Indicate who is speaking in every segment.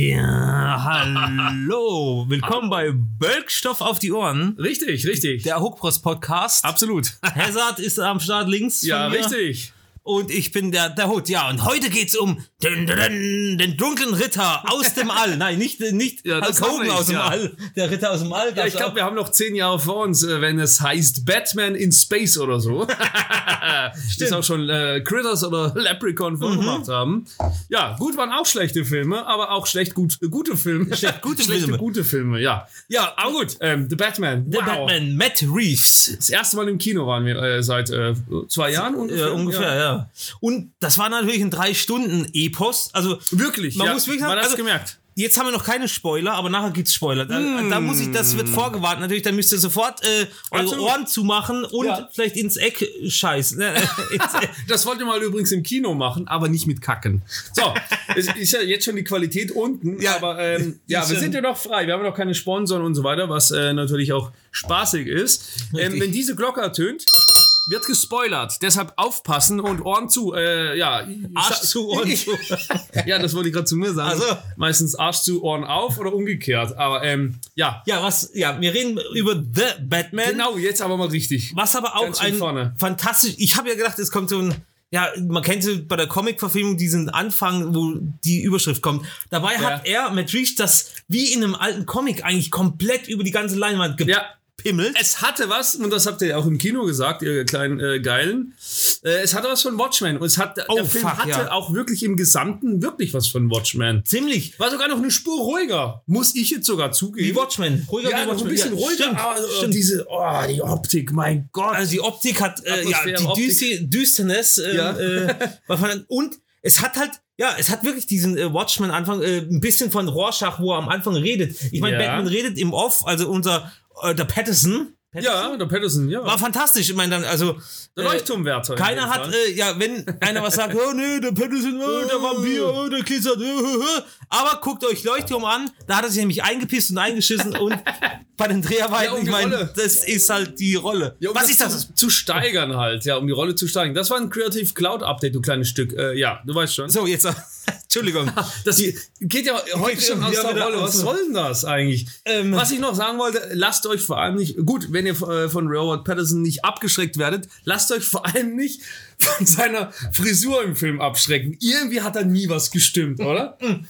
Speaker 1: Ja, hallo. Willkommen bei Bölkstoff auf die Ohren.
Speaker 2: Richtig, richtig.
Speaker 1: Der Hookprost Podcast.
Speaker 2: Absolut.
Speaker 1: Hazard ist am Start links. von
Speaker 2: Ja,
Speaker 1: mir.
Speaker 2: richtig.
Speaker 1: Und ich bin der, der Hut. Ja, und heute geht's um den, den, den dunklen Ritter aus dem All. Nein, nicht, nicht
Speaker 2: Ja, das
Speaker 1: Hulk
Speaker 2: haben
Speaker 1: Hogan
Speaker 2: wir
Speaker 1: aus dem
Speaker 2: ja.
Speaker 1: All. Der Ritter aus dem All.
Speaker 2: Ja, ich glaube, wir haben noch zehn Jahre vor uns, äh, wenn es heißt Batman in Space oder so. Das auch schon äh, Critters oder Leprechaun vorgemacht
Speaker 1: Mhm.
Speaker 2: haben. Ja, gut waren auch schlechte Filme, aber auch schlecht gut, äh, gute Filme.
Speaker 1: Schlecht gute
Speaker 2: Schlechte
Speaker 1: Filme.
Speaker 2: gute Filme, ja. Ja, aber gut. Ähm, The Batman.
Speaker 1: der
Speaker 2: wow.
Speaker 1: Batman, Matt Reeves.
Speaker 2: Das erste Mal im Kino waren wir äh, seit äh, zwei Jahren ungefähr.
Speaker 1: Ja, ungefähr, ja. Und das war natürlich ein drei Stunden Epos. Also
Speaker 2: Wirklich,
Speaker 1: Man
Speaker 2: ja.
Speaker 1: muss wirklich sagen,
Speaker 2: man hat
Speaker 1: also-
Speaker 2: gemerkt.
Speaker 1: Jetzt haben wir noch keine Spoiler, aber nachher gibt's Spoiler. Da,
Speaker 2: Hm.
Speaker 1: da muss ich, das wird vorgewarnt natürlich, dann müsst ihr sofort äh, eure
Speaker 2: Absolut.
Speaker 1: Ohren zumachen und
Speaker 2: Ja.
Speaker 1: vielleicht ins Eck scheißen. Ne, ins Eck.
Speaker 2: Das wollte mal übrigens im Kino machen, aber nicht mit Kacken. So, es ist ja jetzt schon die Qualität unten,
Speaker 1: Ja,
Speaker 2: aber ähm, ja,
Speaker 1: ist
Speaker 2: wir
Speaker 1: schon-
Speaker 2: sind ja noch frei. Wir haben noch keine Sponsoren und so weiter, was äh, natürlich auch spaßig ist. Ähm,
Speaker 1: Richtig.
Speaker 2: wenn diese Glocke ertönt, wird gespoilert. Deshalb aufpassen und Ohren zu. Äh, ja,
Speaker 1: Arsch zu, Ohren zu.
Speaker 2: ja, das wollte ich gerade zu mir sagen.
Speaker 1: Also.
Speaker 2: Meistens Arsch zu, Ohren auf oder umgekehrt. Aber ähm, ja,
Speaker 1: ja, was, ja, wir reden über The Batman.
Speaker 2: genau, jetzt aber mal richtig.
Speaker 1: Was aber auch
Speaker 2: Ganz schön
Speaker 1: ein
Speaker 2: vorne.
Speaker 1: fantastisch. Ich habe ja gedacht, es kommt so ein. Ja, man kennt sie bei der Comic-Verfilmung diesen Anfang, wo die Überschrift kommt. Dabei hat er, Matt Reeves, das wie in einem alten Comic eigentlich komplett über die ganze Leinwand
Speaker 2: Ja,
Speaker 1: gepimmelt.
Speaker 2: es hatte was, und das habt ihr ja auch im Kino gesagt, ihr kleinen äh, Geilen. Äh, es hatte was von Watchmen. Und es hat,
Speaker 1: Oh,
Speaker 2: der Film
Speaker 1: fuck,
Speaker 2: hatte
Speaker 1: ja.
Speaker 2: auch wirklich im Gesamten wirklich was von Watchmen.
Speaker 1: Ziemlich.
Speaker 2: War sogar noch eine Spur ruhiger, muss ich jetzt sogar zugeben.
Speaker 1: Wie Watchmen. Ruhiger
Speaker 2: Ja,
Speaker 1: wie
Speaker 2: noch ein
Speaker 1: Watchmen.
Speaker 2: bisschen
Speaker 1: Ja,
Speaker 2: ruhiger,
Speaker 1: stimmt,
Speaker 2: aber äh,
Speaker 1: stimmt.
Speaker 2: diese, oh, die Optik, mein Gott.
Speaker 1: Also die Optik hat äh, ja,
Speaker 2: Atmosphäre,
Speaker 1: die
Speaker 2: Optik.
Speaker 1: Düste, Düsternis. Ähm,
Speaker 2: Ja.
Speaker 1: äh, war von- und es hat halt, ja, es hat wirklich diesen äh, Watchmen-Anfang, äh, ein bisschen von Rorschach, wo er am Anfang redet. Ich meine,
Speaker 2: Ja.
Speaker 1: Batman redet im Off, also unser, äh, der Patterson.
Speaker 2: ja, der Patterson, ja.
Speaker 1: War fantastisch. Ich meine, dann, also.
Speaker 2: der
Speaker 1: äh,
Speaker 2: Leuchtturmwärter. in
Speaker 1: Keiner
Speaker 2: dem
Speaker 1: hat,
Speaker 2: Fall.
Speaker 1: äh, ja, wenn einer was sagt, oh nee, der Patterson, oh, der Vampir, oh, der Klitzer, oh, oh, oh. aber guckt euch Leuchtturm an, da hat er sich nämlich eingepisst und eingeschissen und bei den
Speaker 2: Ja,
Speaker 1: Dreharbeiten,
Speaker 2: um
Speaker 1: ich
Speaker 2: die
Speaker 1: meine,
Speaker 2: Rolle.
Speaker 1: das ist halt die Rolle.
Speaker 2: Ja, um
Speaker 1: was ist das?
Speaker 2: Zu, zu steigern halt, ja, um die Rolle zu steigern. Das war ein Creative Cloud Update, du kleines Stück. Äh, ja, du weißt schon.
Speaker 1: So, jetzt, Entschuldigung.
Speaker 2: Das geht ja heute
Speaker 1: Geht
Speaker 2: schon
Speaker 1: schon
Speaker 2: aus
Speaker 1: wieder
Speaker 2: der
Speaker 1: wieder
Speaker 2: Rolle.
Speaker 1: aus.
Speaker 2: Was soll denn das eigentlich?
Speaker 1: Ähm.
Speaker 2: Was ich noch sagen wollte, lasst euch vor allem nicht, gut, wenn ihr äh, von Robert Patterson nicht abgeschreckt werdet, lasst euch vor allem nicht von seiner Frisur im Film abschrecken. Irgendwie hat da nie was gestimmt, oder?
Speaker 1: Mhm.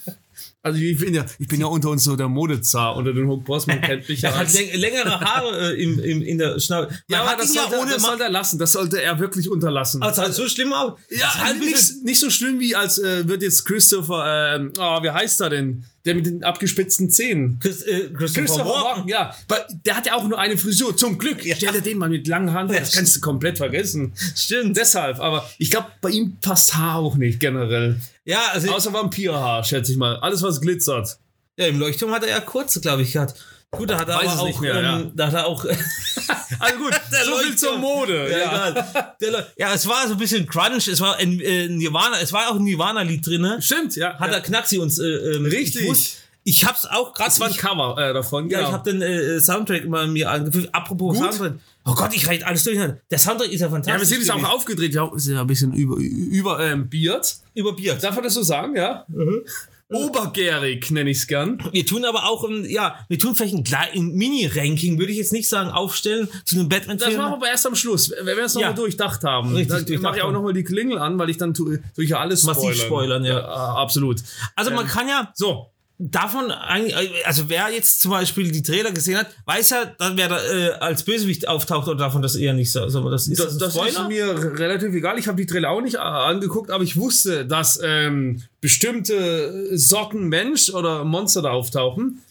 Speaker 2: Also ich bin ja, ich bin ja unter uns so der Modezar unter den Hook Boss, man kennt mich ja.
Speaker 1: Er hat
Speaker 2: als-
Speaker 1: läng längere Haare äh, im, im, in der Schnauze. Man
Speaker 2: Ja, aber
Speaker 1: hat
Speaker 2: das
Speaker 1: ihn
Speaker 2: sollte,
Speaker 1: ja ohne
Speaker 2: das
Speaker 1: Maske.
Speaker 2: sollte er lassen. Das sollte er wirklich unterlassen.
Speaker 1: Also, halt so schlimm auch.
Speaker 2: Ja,
Speaker 1: halt
Speaker 2: nicht,
Speaker 1: nichts.
Speaker 2: so- nicht so schlimm wie als äh, wird jetzt Christopher, ähm, oh, wie heißt er denn? Der mit den abgespitzten Zähnen.
Speaker 1: Chris, äh, Christopher,
Speaker 2: Christopher
Speaker 1: Walken.
Speaker 2: Walken, ja. Weil der hat ja auch nur eine Frisur, zum Glück.
Speaker 1: Ja.
Speaker 2: Stell dir den mal mit langen Haaren vor, das kannst du komplett vergessen.
Speaker 1: Stimmt.
Speaker 2: Deshalb, aber ich glaube, bei ihm passt Haar auch nicht generell.
Speaker 1: Ja, also
Speaker 2: Außer Vampirhaar, schätze ich mal. Alles, was glitzert.
Speaker 1: ja, im Leuchtturm hat er ja kurze, glaube ich, gehabt. Gut, da hat er
Speaker 2: Weiß es
Speaker 1: aber
Speaker 2: nicht
Speaker 1: auch,
Speaker 2: mehr,
Speaker 1: ähm,
Speaker 2: ja.
Speaker 1: da hat er auch,
Speaker 2: Also gut,
Speaker 1: Der
Speaker 2: so viel
Speaker 1: Leuchtturm.
Speaker 2: zur Mode.
Speaker 1: Ja,
Speaker 2: Ja,
Speaker 1: egal. Der Leu- ja, es war so ein bisschen Crunch, es war ein äh, Nirvana, es war auch ein Nirvana-Lied drin, ne?
Speaker 2: Stimmt, ja.
Speaker 1: Hat
Speaker 2: ja.
Speaker 1: der Knaxi uns äh, ähm,
Speaker 2: Richtig.
Speaker 1: Ich, muss, ich hab's auch gerade
Speaker 2: das war ein Cover äh, davon,
Speaker 1: ja,
Speaker 2: genau.
Speaker 1: ich habe den äh, äh, Soundtrack mal mir angefühlt. Apropos
Speaker 2: Gut.
Speaker 1: Soundtrack. Oh Gott, ich reite alles durch. Der Soundtrack ist ja
Speaker 2: ja, wir
Speaker 1: fantastisch.
Speaker 2: sind jetzt auch
Speaker 1: gewesen.
Speaker 2: aufgedreht. Wir sind ja ein bisschen über, über ähm, Beard.
Speaker 1: über Bier.
Speaker 2: Darf man das so sagen, ja?
Speaker 1: Mhm.
Speaker 2: Obergärig nenne ich es gern.
Speaker 1: Wir tun aber auch, ein, ja, wir tun vielleicht ein, klei- ein Mini-Ranking, würde ich jetzt nicht sagen, aufstellen zu den
Speaker 2: Das machen wir
Speaker 1: Batman-Filmen.
Speaker 2: aber erst am Schluss, wenn wir es nochmal
Speaker 1: Ja.
Speaker 2: durchdacht haben.
Speaker 1: Richtig
Speaker 2: dann
Speaker 1: durchdacht
Speaker 2: mache ich auch
Speaker 1: haben.
Speaker 2: nochmal die Klingel an, weil ich dann tue, tue ich ja alles spoilern.
Speaker 1: Massiv spoilern, ja.
Speaker 2: äh, absolut.
Speaker 1: Also man kann ja
Speaker 2: So,
Speaker 1: davon eigentlich, also wer jetzt zum Beispiel die Trailer gesehen hat, weiß ja, dann wer da äh, als Bösewicht auftaucht oder davon das eher nicht so. Also das ist
Speaker 2: das,
Speaker 1: ein
Speaker 2: das ist
Speaker 1: Spoiler?
Speaker 2: mir relativ egal. Ich habe die Trailer auch nicht äh, angeguckt, aber ich wusste, dass ähm, bestimmte Sorten Mensch oder Monster da auftauchen,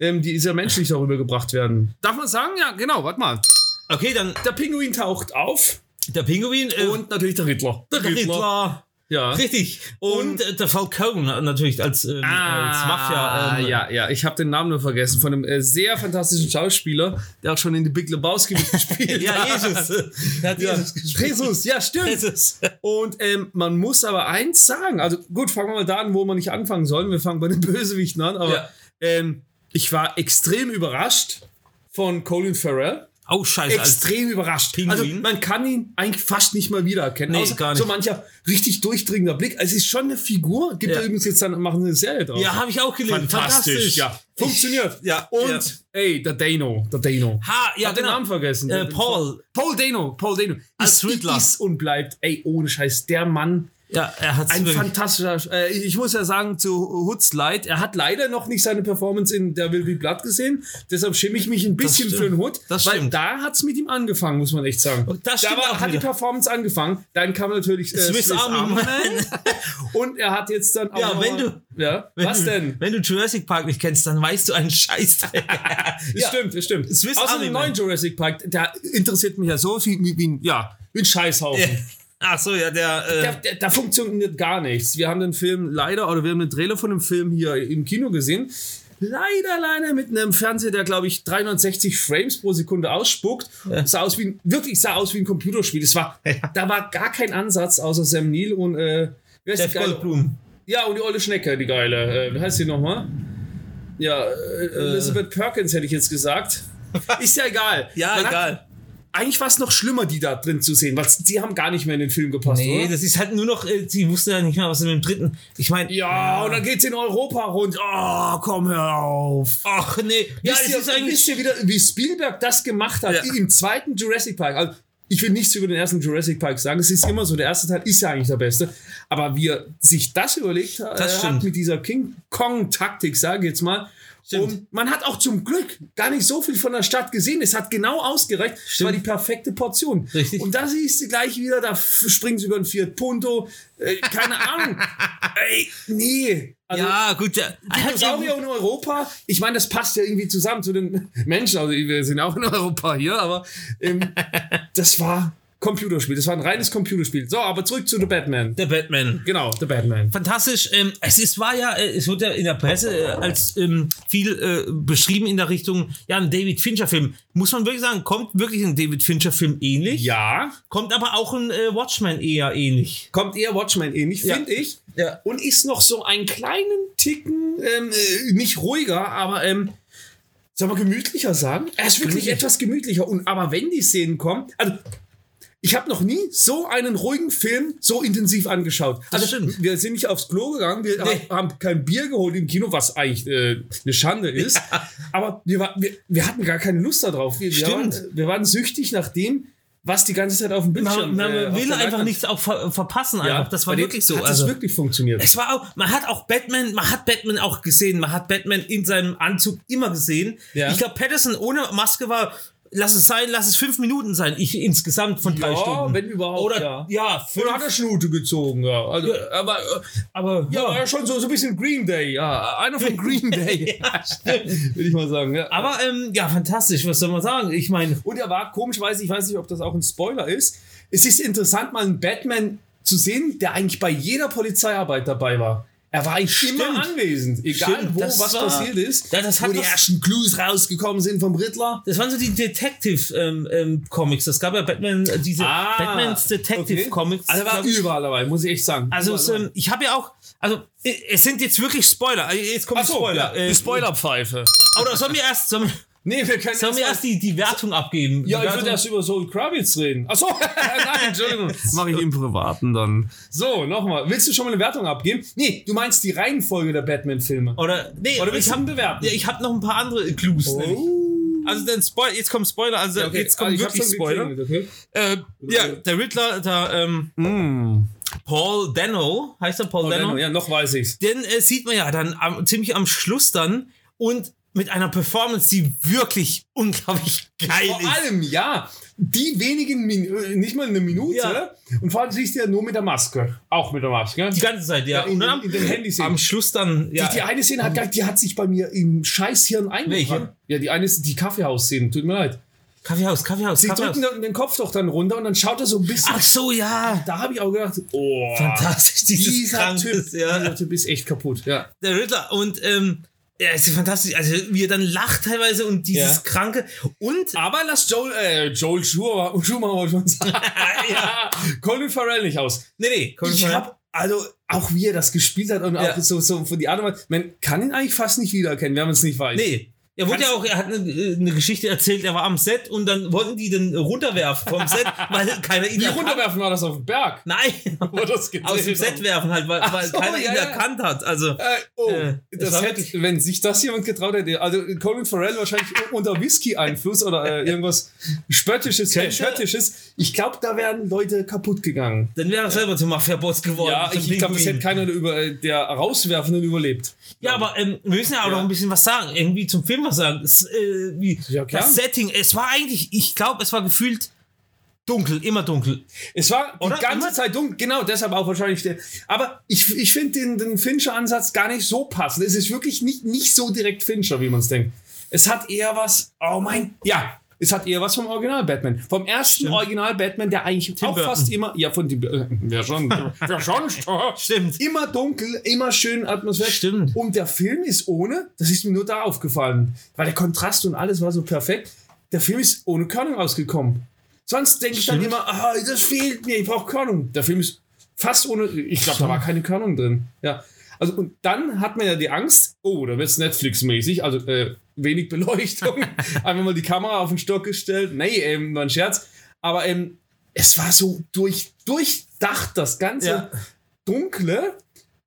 Speaker 2: ähm, die sehr menschlich darüber gebracht werden. Darf man sagen? Ja, genau, warte mal.
Speaker 1: Okay, dann
Speaker 2: Der Pinguin taucht auf
Speaker 1: der Pinguin äh,
Speaker 2: und natürlich der Riddler.
Speaker 1: der Riddler.
Speaker 2: Ja.
Speaker 1: Richtig. Und, äh, der Falcone natürlich als, ähm, als Mafia.
Speaker 2: Ah,
Speaker 1: Ähm,
Speaker 2: ja, ja, ich habe den Namen nur vergessen von einem äh, sehr fantastischen Schauspieler, der auch schon in The Big Lebowski mitgespielt
Speaker 1: ja,
Speaker 2: hat.
Speaker 1: Jesus. Er hat
Speaker 2: Ja,
Speaker 1: Jesus gespielt.
Speaker 2: Jesus, ja, stimmt.
Speaker 1: Jesus.
Speaker 2: Und ähm, man muss aber eins sagen, also gut, fangen wir mal da an, wo wir nicht anfangen sollen. Wir fangen bei den Bösewichten an, aber
Speaker 1: Ja.
Speaker 2: ähm, ich war extrem überrascht von Colin Farrell.
Speaker 1: Oh, scheiße. Also,
Speaker 2: extrem überrascht.
Speaker 1: Pinguin?
Speaker 2: Also man kann ihn eigentlich fast nicht mal wiedererkennen.
Speaker 1: Nee,
Speaker 2: außer
Speaker 1: gar nicht.
Speaker 2: So mancher richtig durchdringender Blick. Es ist schon eine Figur. Gibt
Speaker 1: Ja.
Speaker 2: ja. übrigens jetzt dann machen sie eine Serie draus.
Speaker 1: ja, habe ich auch gelesen.
Speaker 2: fantastisch.
Speaker 1: Fantastisch.
Speaker 2: Ja, funktioniert.
Speaker 1: Ja,
Speaker 2: Und
Speaker 1: ja.
Speaker 2: ey, der Dano, der Dano.
Speaker 1: Ha, ja,
Speaker 2: Hab den
Speaker 1: genau.
Speaker 2: Namen vergessen.
Speaker 1: Äh, Paul.
Speaker 2: Paul Dano, Paul Dano.
Speaker 1: Als Riddler.
Speaker 2: ist und bleibt. Ey, ohne Scheiß, der Mann.
Speaker 1: Ja, er hat's
Speaker 2: Ein
Speaker 1: wirklich-
Speaker 2: fantastischer. Äh, ich muss ja sagen, zu Hoods Leid, er hat leider noch nicht seine Performance in Der Will Be Blood gesehen. Deshalb schäme ich mich ein bisschen
Speaker 1: stimmt.
Speaker 2: für den Hood.
Speaker 1: Das
Speaker 2: weil
Speaker 1: stimmt.
Speaker 2: da hat's mit ihm angefangen, muss man echt sagen.
Speaker 1: Und das
Speaker 2: da
Speaker 1: stimmt auch
Speaker 2: hat die
Speaker 1: wieder.
Speaker 2: Performance angefangen. Dann kam natürlich äh,
Speaker 1: Swiss Army Man.
Speaker 2: Und er hat jetzt dann auch.
Speaker 1: Ja,
Speaker 2: noch
Speaker 1: wenn
Speaker 2: mal-
Speaker 1: du-
Speaker 2: Ja,
Speaker 1: Wenn
Speaker 2: was
Speaker 1: du,
Speaker 2: denn?
Speaker 1: Wenn du Jurassic Park nicht kennst, dann weißt du einen Scheiß.
Speaker 2: Das
Speaker 1: Ja.
Speaker 2: stimmt, das stimmt.
Speaker 1: Swiss
Speaker 2: Außer
Speaker 1: Army
Speaker 2: dem
Speaker 1: Man.
Speaker 2: neuen Jurassic Park, der interessiert mich ja so viel wie, wie ein, ja, wie ein Scheißhaufen.
Speaker 1: Ach so, ja, der. Äh,
Speaker 2: Da, da, da funktioniert gar nichts. Wir haben den Film leider, oder wir haben den Trailer von dem Film hier im Kino gesehen. Leider, leider mit einem Fernseher, der glaube ich 360 Frames pro Sekunde ausspuckt. Sah aus wie ein, wirklich sah aus wie ein Computerspiel. Es war, da war gar kein Ansatz außer Sam Neill und äh, wer ist
Speaker 1: Jeff
Speaker 2: die geile-
Speaker 1: Goldblum.
Speaker 2: Ja, und die olle Schnecke, die geile. Äh, wie heißt die nochmal? Ja, äh, Elizabeth Perkins hätte ich jetzt gesagt. Ist ja egal.
Speaker 1: Ja,
Speaker 2: Man hat-
Speaker 1: egal.
Speaker 2: Eigentlich war es noch schlimmer, die da drin zu sehen, weil sie haben gar nicht mehr in den Film gepasst, oder?
Speaker 1: Nee, das ist halt nur noch, äh, sie wussten ja nicht mehr, was in dem dritten. Ich meine.
Speaker 2: Ja, und dann geht's in Europa rund. Oh, komm, hör auf.
Speaker 1: Ach nee. Ja,
Speaker 2: wisst,
Speaker 1: es
Speaker 2: ihr,
Speaker 1: ist eigentlich.
Speaker 2: wisst ihr wieder, wie Spielberg das gemacht hat
Speaker 1: Ja.
Speaker 2: im zweiten Jurassic Park? Also, ich will nichts über den ersten Jurassic Park sagen. Es ist immer so, der erste Teil ist ja eigentlich der beste. Aber wie er sich das überlegt hat,
Speaker 1: Das
Speaker 2: äh,
Speaker 1: stimmt.
Speaker 2: hat mit dieser King Kong-Taktik, sage ich jetzt mal. Und man hat auch zum Glück gar nicht so viel von der Stadt gesehen. Es hat genau ausgereicht. Es war die perfekte Portion.
Speaker 1: Richtig.
Speaker 2: Und da siehst du gleich wieder, da f- springen sie über den Fiat Punto. Äh, keine Ahnung. Ey, nee. Also,
Speaker 1: ja, gut, der.
Speaker 2: Dinosaurier in Europa, ich meine, das passt ja irgendwie zusammen zu den Menschen. Also wir sind auch in Europa hier, aber ähm, das war Computerspiel. Das war ein reines Computerspiel. So, aber zurück zu The Batman.
Speaker 1: Der Batman.
Speaker 2: Genau, The Batman.
Speaker 1: fantastisch. Ähm, es ist, war ja, äh, es wurde ja in der Presse äh, als ähm, viel äh, beschrieben in der Richtung, ja, ein David Fincher-Film. Muss man wirklich sagen, kommt wirklich ein David Fincher-Film ähnlich,
Speaker 2: Ja,
Speaker 1: kommt aber auch ein äh, Watchmen eher ähnlich.
Speaker 2: kommt eher Watchmen ähnlich, finde ich.
Speaker 1: Ja.
Speaker 2: Und ist noch so einen kleinen Ticken, ähm, äh, nicht ruhiger, aber ähm, soll man gemütlicher sagen? Er ist wirklich
Speaker 1: Gemütlich.
Speaker 2: etwas gemütlicher. Und aber wenn die Szenen kommen, also ich habe noch nie so einen ruhigen Film so intensiv angeschaut.
Speaker 1: Das
Speaker 2: also
Speaker 1: stimmt.
Speaker 2: wir sind nicht aufs Klo gegangen, wir ha- haben kein Bier geholt im Kino, was eigentlich äh, eine Schande ist. Aber wir, war, wir, wir hatten gar keine Lust darauf. Wir, wir, waren,
Speaker 1: Stimmt.
Speaker 2: wir waren süchtig nach dem, was die ganze Zeit auf dem
Speaker 1: Man,
Speaker 2: Bildschirm
Speaker 1: man
Speaker 2: äh, auf
Speaker 1: will
Speaker 2: der
Speaker 1: einfach
Speaker 2: Leinwand
Speaker 1: nichts auch ver verpassen.
Speaker 2: ja,
Speaker 1: einfach. Das war
Speaker 2: bei dem
Speaker 1: wirklich so.
Speaker 2: Hat
Speaker 1: Also.
Speaker 2: es wirklich funktioniert.
Speaker 1: Es war auch, man hat auch Batman, man hat Batman auch gesehen, man hat Batman in seinem Anzug immer gesehen.
Speaker 2: Ja.
Speaker 1: Ich glaube, Patterson ohne Maske war, lass es sein, lass es fünf Minuten sein, ich insgesamt von drei
Speaker 2: Ja,
Speaker 1: Stunden.
Speaker 2: wenn überhaupt,
Speaker 1: Oder,
Speaker 2: ja.
Speaker 1: fünf,
Speaker 2: er Schnute gezogen, ja. Also, Aber, äh,
Speaker 1: aber,
Speaker 2: ja,
Speaker 1: ja.
Speaker 2: war ja schon so, so ein bisschen Green Day, ja. Einer von Green Day.
Speaker 1: Ja, stimmt.
Speaker 2: Will ich mal sagen, ja.
Speaker 1: Aber ähm, ja, fantastisch, was soll man sagen? Ich meine,
Speaker 2: Und er war komischweise, ich weiß nicht, ob das auch ein Spoiler ist. Es ist interessant, mal einen Batman zu sehen, der eigentlich bei jeder Polizeiarbeit dabei war. Er war eigentlich immer
Speaker 1: Stimmt.
Speaker 2: anwesend, egal
Speaker 1: Stimmt,
Speaker 2: wo
Speaker 1: das
Speaker 2: was
Speaker 1: war-
Speaker 2: passiert ist.
Speaker 1: Ja, das hat
Speaker 2: wo die
Speaker 1: was-
Speaker 2: ersten Clues rausgekommen sind vom Riddler.
Speaker 1: das waren so die ähm, Detective-Comics. das gab ja Batman, äh, diese Batmans Detective-Comics.
Speaker 2: Ah, Also er war
Speaker 1: glaub ich.
Speaker 2: überall dabei, muss ich echt sagen.
Speaker 1: also
Speaker 2: Überall
Speaker 1: es, ähm, ich habe ja auch, also äh, es sind jetzt wirklich Spoiler. Also, Jetzt kommen
Speaker 2: Ach so,
Speaker 1: Spoiler.
Speaker 2: ja,
Speaker 1: Äh,
Speaker 2: die Spoilerpfeife.
Speaker 1: Oder sollen wir erst, sollen wir,
Speaker 2: Nee, wir können
Speaker 1: Sollen wir erst die, die Wertung abgeben?
Speaker 2: Ja,
Speaker 1: Die
Speaker 2: ich
Speaker 1: Wertung-
Speaker 2: würde erst über Zoe Kravitz reden. Achso, nein, Entschuldigung. Mache ich im Privaten dann. So, nochmal. Willst du schon mal eine Wertung abgeben? Nee, du meinst die Reihenfolge der Batman-Filme.
Speaker 1: Oder, nee,
Speaker 2: Oder willst
Speaker 1: ich
Speaker 2: du
Speaker 1: habe
Speaker 2: ihn bewerten? Oh.
Speaker 1: ja, ich hab noch ein paar andere Clues. nämlich. Also dann Spoiler, jetzt kommen Spoiler, also
Speaker 2: Okay,
Speaker 1: jetzt kommen
Speaker 2: also ich hab
Speaker 1: wirklich
Speaker 2: schon
Speaker 1: Spoiler.
Speaker 2: geklingelt, Okay.
Speaker 1: Äh, ja, der Riddler, der ähm, Paul Dano, heißt er Paul,
Speaker 2: Oh,
Speaker 1: Dano?
Speaker 2: Dano, ja, noch weiß ich's.
Speaker 1: Den äh, sieht man ja dann am, ziemlich am Schluss dann und mit einer Performance, die wirklich unglaublich geil
Speaker 2: Vor
Speaker 1: ist.
Speaker 2: allem, ja, die wenigen, Min äh, nicht mal eine Minute.
Speaker 1: Ja.
Speaker 2: Und vor allem siehst du ja nur mit der Maske. Auch mit der Maske.
Speaker 1: Die ganze Zeit, ja.
Speaker 2: Ja, in
Speaker 1: und
Speaker 2: den-
Speaker 1: dann
Speaker 2: in den Handys-
Speaker 1: am Schluss dann, ja.
Speaker 2: Die, die eine Szene hat, gar- die hat sich bei mir im Scheißhirn eingetragen. Ja, die eine ist die Kaffeehaus-Szene, tut mir leid.
Speaker 1: Kaffeehaus, Kaffeehaus,
Speaker 2: Sie
Speaker 1: Kaffeehaus.
Speaker 2: drücken dann den Kopf doch dann runter und dann schaut er so ein bisschen.
Speaker 1: Ach so, ja.
Speaker 2: Da habe ich auch gedacht, oh,
Speaker 1: Fantastisch, dieses
Speaker 2: dieser
Speaker 1: Krankes,
Speaker 2: Typ,
Speaker 1: ja.
Speaker 2: dieser Typ ist echt kaputt. Ja.
Speaker 1: der Riddler und ähm, ja, es ist fantastisch. Also wie er dann lacht teilweise und dieses
Speaker 2: Ja.
Speaker 1: kranke und
Speaker 2: Aber lass Joel, äh, Joel Schumacher, Schumacher wollte ich schon sagen.
Speaker 1: äh,
Speaker 2: ja. Colin Farrell nicht aus.
Speaker 1: nee nee, komm
Speaker 2: Ich
Speaker 1: schon her.
Speaker 2: hab, also auch wie er das gespielt hat und
Speaker 1: Ja.
Speaker 2: auch so, so von die Art und Weise, man kann ihn eigentlich fast nicht wiedererkennen, wenn man es nicht weiß.
Speaker 1: nee. Er wurde ja auch, er hat eine, eine Geschichte erzählt, er war am Set und dann wollten die den runterwerfen vom Set, weil keiner ihn
Speaker 2: Wie
Speaker 1: erkannt-
Speaker 2: runterwerfen war das auf den Berg?
Speaker 1: Nein,
Speaker 2: Wo das gedreht
Speaker 1: aus dem
Speaker 2: haben.
Speaker 1: Set werfen halt, weil,
Speaker 2: Ach
Speaker 1: weil
Speaker 2: so,
Speaker 1: keiner
Speaker 2: ja,
Speaker 1: ihn
Speaker 2: ja.
Speaker 1: erkannt hat. Also
Speaker 2: Äh, oh,
Speaker 1: Äh, es
Speaker 2: das
Speaker 1: war
Speaker 2: hätte, wenn sich das jemand getraut hätte, also Colin Farrell wahrscheinlich unter Whisky-Einfluss oder äh, irgendwas Spöttisches,
Speaker 1: Könnte-
Speaker 2: Spöttisches. Ich glaube, da wären Leute kaputt gegangen.
Speaker 1: dann wäre er selber zum Mafia-Boss geworden.
Speaker 2: Ja,
Speaker 1: zum
Speaker 2: ich, glaube, das
Speaker 1: Pinguin.
Speaker 2: hätte keiner der, über, äh, der Rauswerfenden überlebt.
Speaker 1: Ja, aber ähm, wir müssen ja auch noch ein bisschen was sagen. Irgendwie zum Film was sagen. Es, äh, wie,
Speaker 2: Ja, klar.
Speaker 1: das Setting, es war eigentlich, ich glaube, es war gefühlt dunkel, immer dunkel.
Speaker 2: Es war die
Speaker 1: Oder?
Speaker 2: ganze
Speaker 1: Immer-
Speaker 2: Zeit dunkel, genau, deshalb auch wahrscheinlich der. Aber ich, ich finde den, den Fincher-Ansatz gar nicht so passend. Es ist wirklich nicht, nicht so direkt Fincher, wie man es denkt. Es hat eher was, oh mein, ja, es hat eher was vom Original Batman. Vom ersten Original Batman, der eigentlich auch
Speaker 1: Burton.
Speaker 2: fast immer, ja, von dem, äh, wer schon, wer sonst,
Speaker 1: Stimmt.
Speaker 2: Immer dunkel, immer schön atmosphärisch.
Speaker 1: Stimmt.
Speaker 2: Und der Film ist ohne, das ist mir nur da aufgefallen, weil der Kontrast und alles war so perfekt. Der Film ist ohne Körnung rausgekommen. Sonst denke ich dann
Speaker 1: Stimmt.
Speaker 2: immer, ah, das fehlt mir, ich brauche Körnung. Der Film ist fast ohne, ich glaube, da war keine Körnung drin. Ja. Also, und dann hat man ja die Angst, oh, da wird es Netflix-mäßig, also äh, wenig Beleuchtung, einfach mal die Kamera auf den Stock gestellt. Nee, ähm, war ein Scherz. Aber ähm, es war so durch, durchdacht, das Ganze
Speaker 1: Ja.
Speaker 2: Dunkle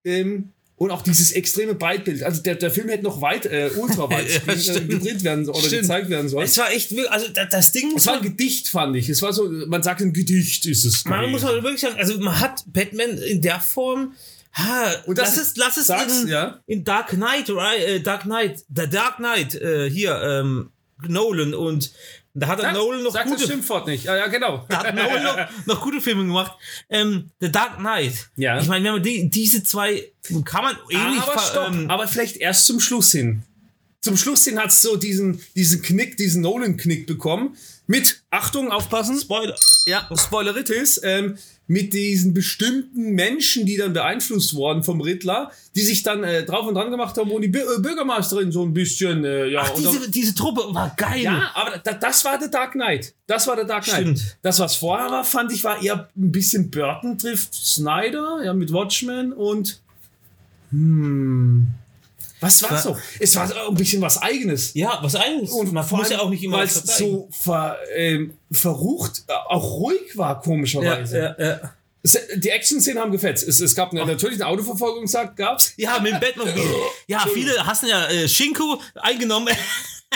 Speaker 2: ähm, und auch dieses extreme Breitbild. Also der, der Film hätte noch weit, äh, ultra weit
Speaker 1: Ja,
Speaker 2: äh,
Speaker 1: stimmt.
Speaker 2: gedreht werden so- oder
Speaker 1: Stimmt.
Speaker 2: gezeigt werden sollen.
Speaker 1: Es war echt, wirklich- also da- das Ding
Speaker 2: Es war ein Gedicht, fand ich. Es war so, man sagt ein Gedicht ist es.
Speaker 1: man
Speaker 2: gewesen.
Speaker 1: muss halt wirklich sagen, also man hat Batman in der Form, ha,
Speaker 2: Und das
Speaker 1: lass es, lass es
Speaker 2: sagst,
Speaker 1: in,
Speaker 2: ja.
Speaker 1: in Dark Knight, right, äh, Dark Knight, The Dark Knight, äh, hier, ähm, Nolan und da hat er
Speaker 2: Sag-
Speaker 1: Nolan noch
Speaker 2: sag das
Speaker 1: gute
Speaker 2: Schimpfwort nicht. Ja, ja, genau.
Speaker 1: Da hat Nolan noch, noch gute Filme gemacht. Ähm, The Dark Knight.
Speaker 2: Ja. Ah,
Speaker 1: Ich meine, wenn man die, diese zwei kann man ähnlich
Speaker 2: aber,
Speaker 1: ver-
Speaker 2: stopp,
Speaker 1: ähm,
Speaker 2: aber vielleicht erst zum Schluss hin. Zum Schluss hin hat es so diesen, diesen Knick, diesen Nolan-Knick bekommen. Mit, Achtung, aufpassen.
Speaker 1: Spoiler.
Speaker 2: ja, Spoileritis, ähm, mit diesen bestimmten Menschen, die dann beeinflusst wurden vom Riddler, die sich dann äh, drauf und dran gemacht haben, wo die Bü- äh, Bürgermeisterin so ein bisschen, äh, ja,
Speaker 1: Ach,
Speaker 2: unter-
Speaker 1: diese, diese Truppe war geil.
Speaker 2: ja, aber da, das war der Dark Knight. Das war der Dark Knight.
Speaker 1: Stimmt.
Speaker 2: Das, was vorher war, fand ich, war eher ein bisschen Burton trifft Snyder, ja, mit Watchmen und. Hm. Was war
Speaker 1: War-
Speaker 2: so? Es war so ein bisschen was Eigenes.
Speaker 1: Ja, was eigentlich. Und man muss
Speaker 2: Vor
Speaker 1: ja
Speaker 2: allem,
Speaker 1: auch nicht immer
Speaker 2: weil
Speaker 1: alles
Speaker 2: es
Speaker 1: verzeihen.
Speaker 2: so ver, ähm, verrucht, äh, auch ruhig
Speaker 1: ja,
Speaker 2: war, komischerweise.
Speaker 1: ja, ja.
Speaker 2: Es- Die Action-Szenen haben gefetzt. Es, es gab eine, natürlich eine Autoverfolgungsjagd, gab's.
Speaker 1: ja, mit dem Batmobil. Ja, viele hassen ja äh, Shinko eingenommen.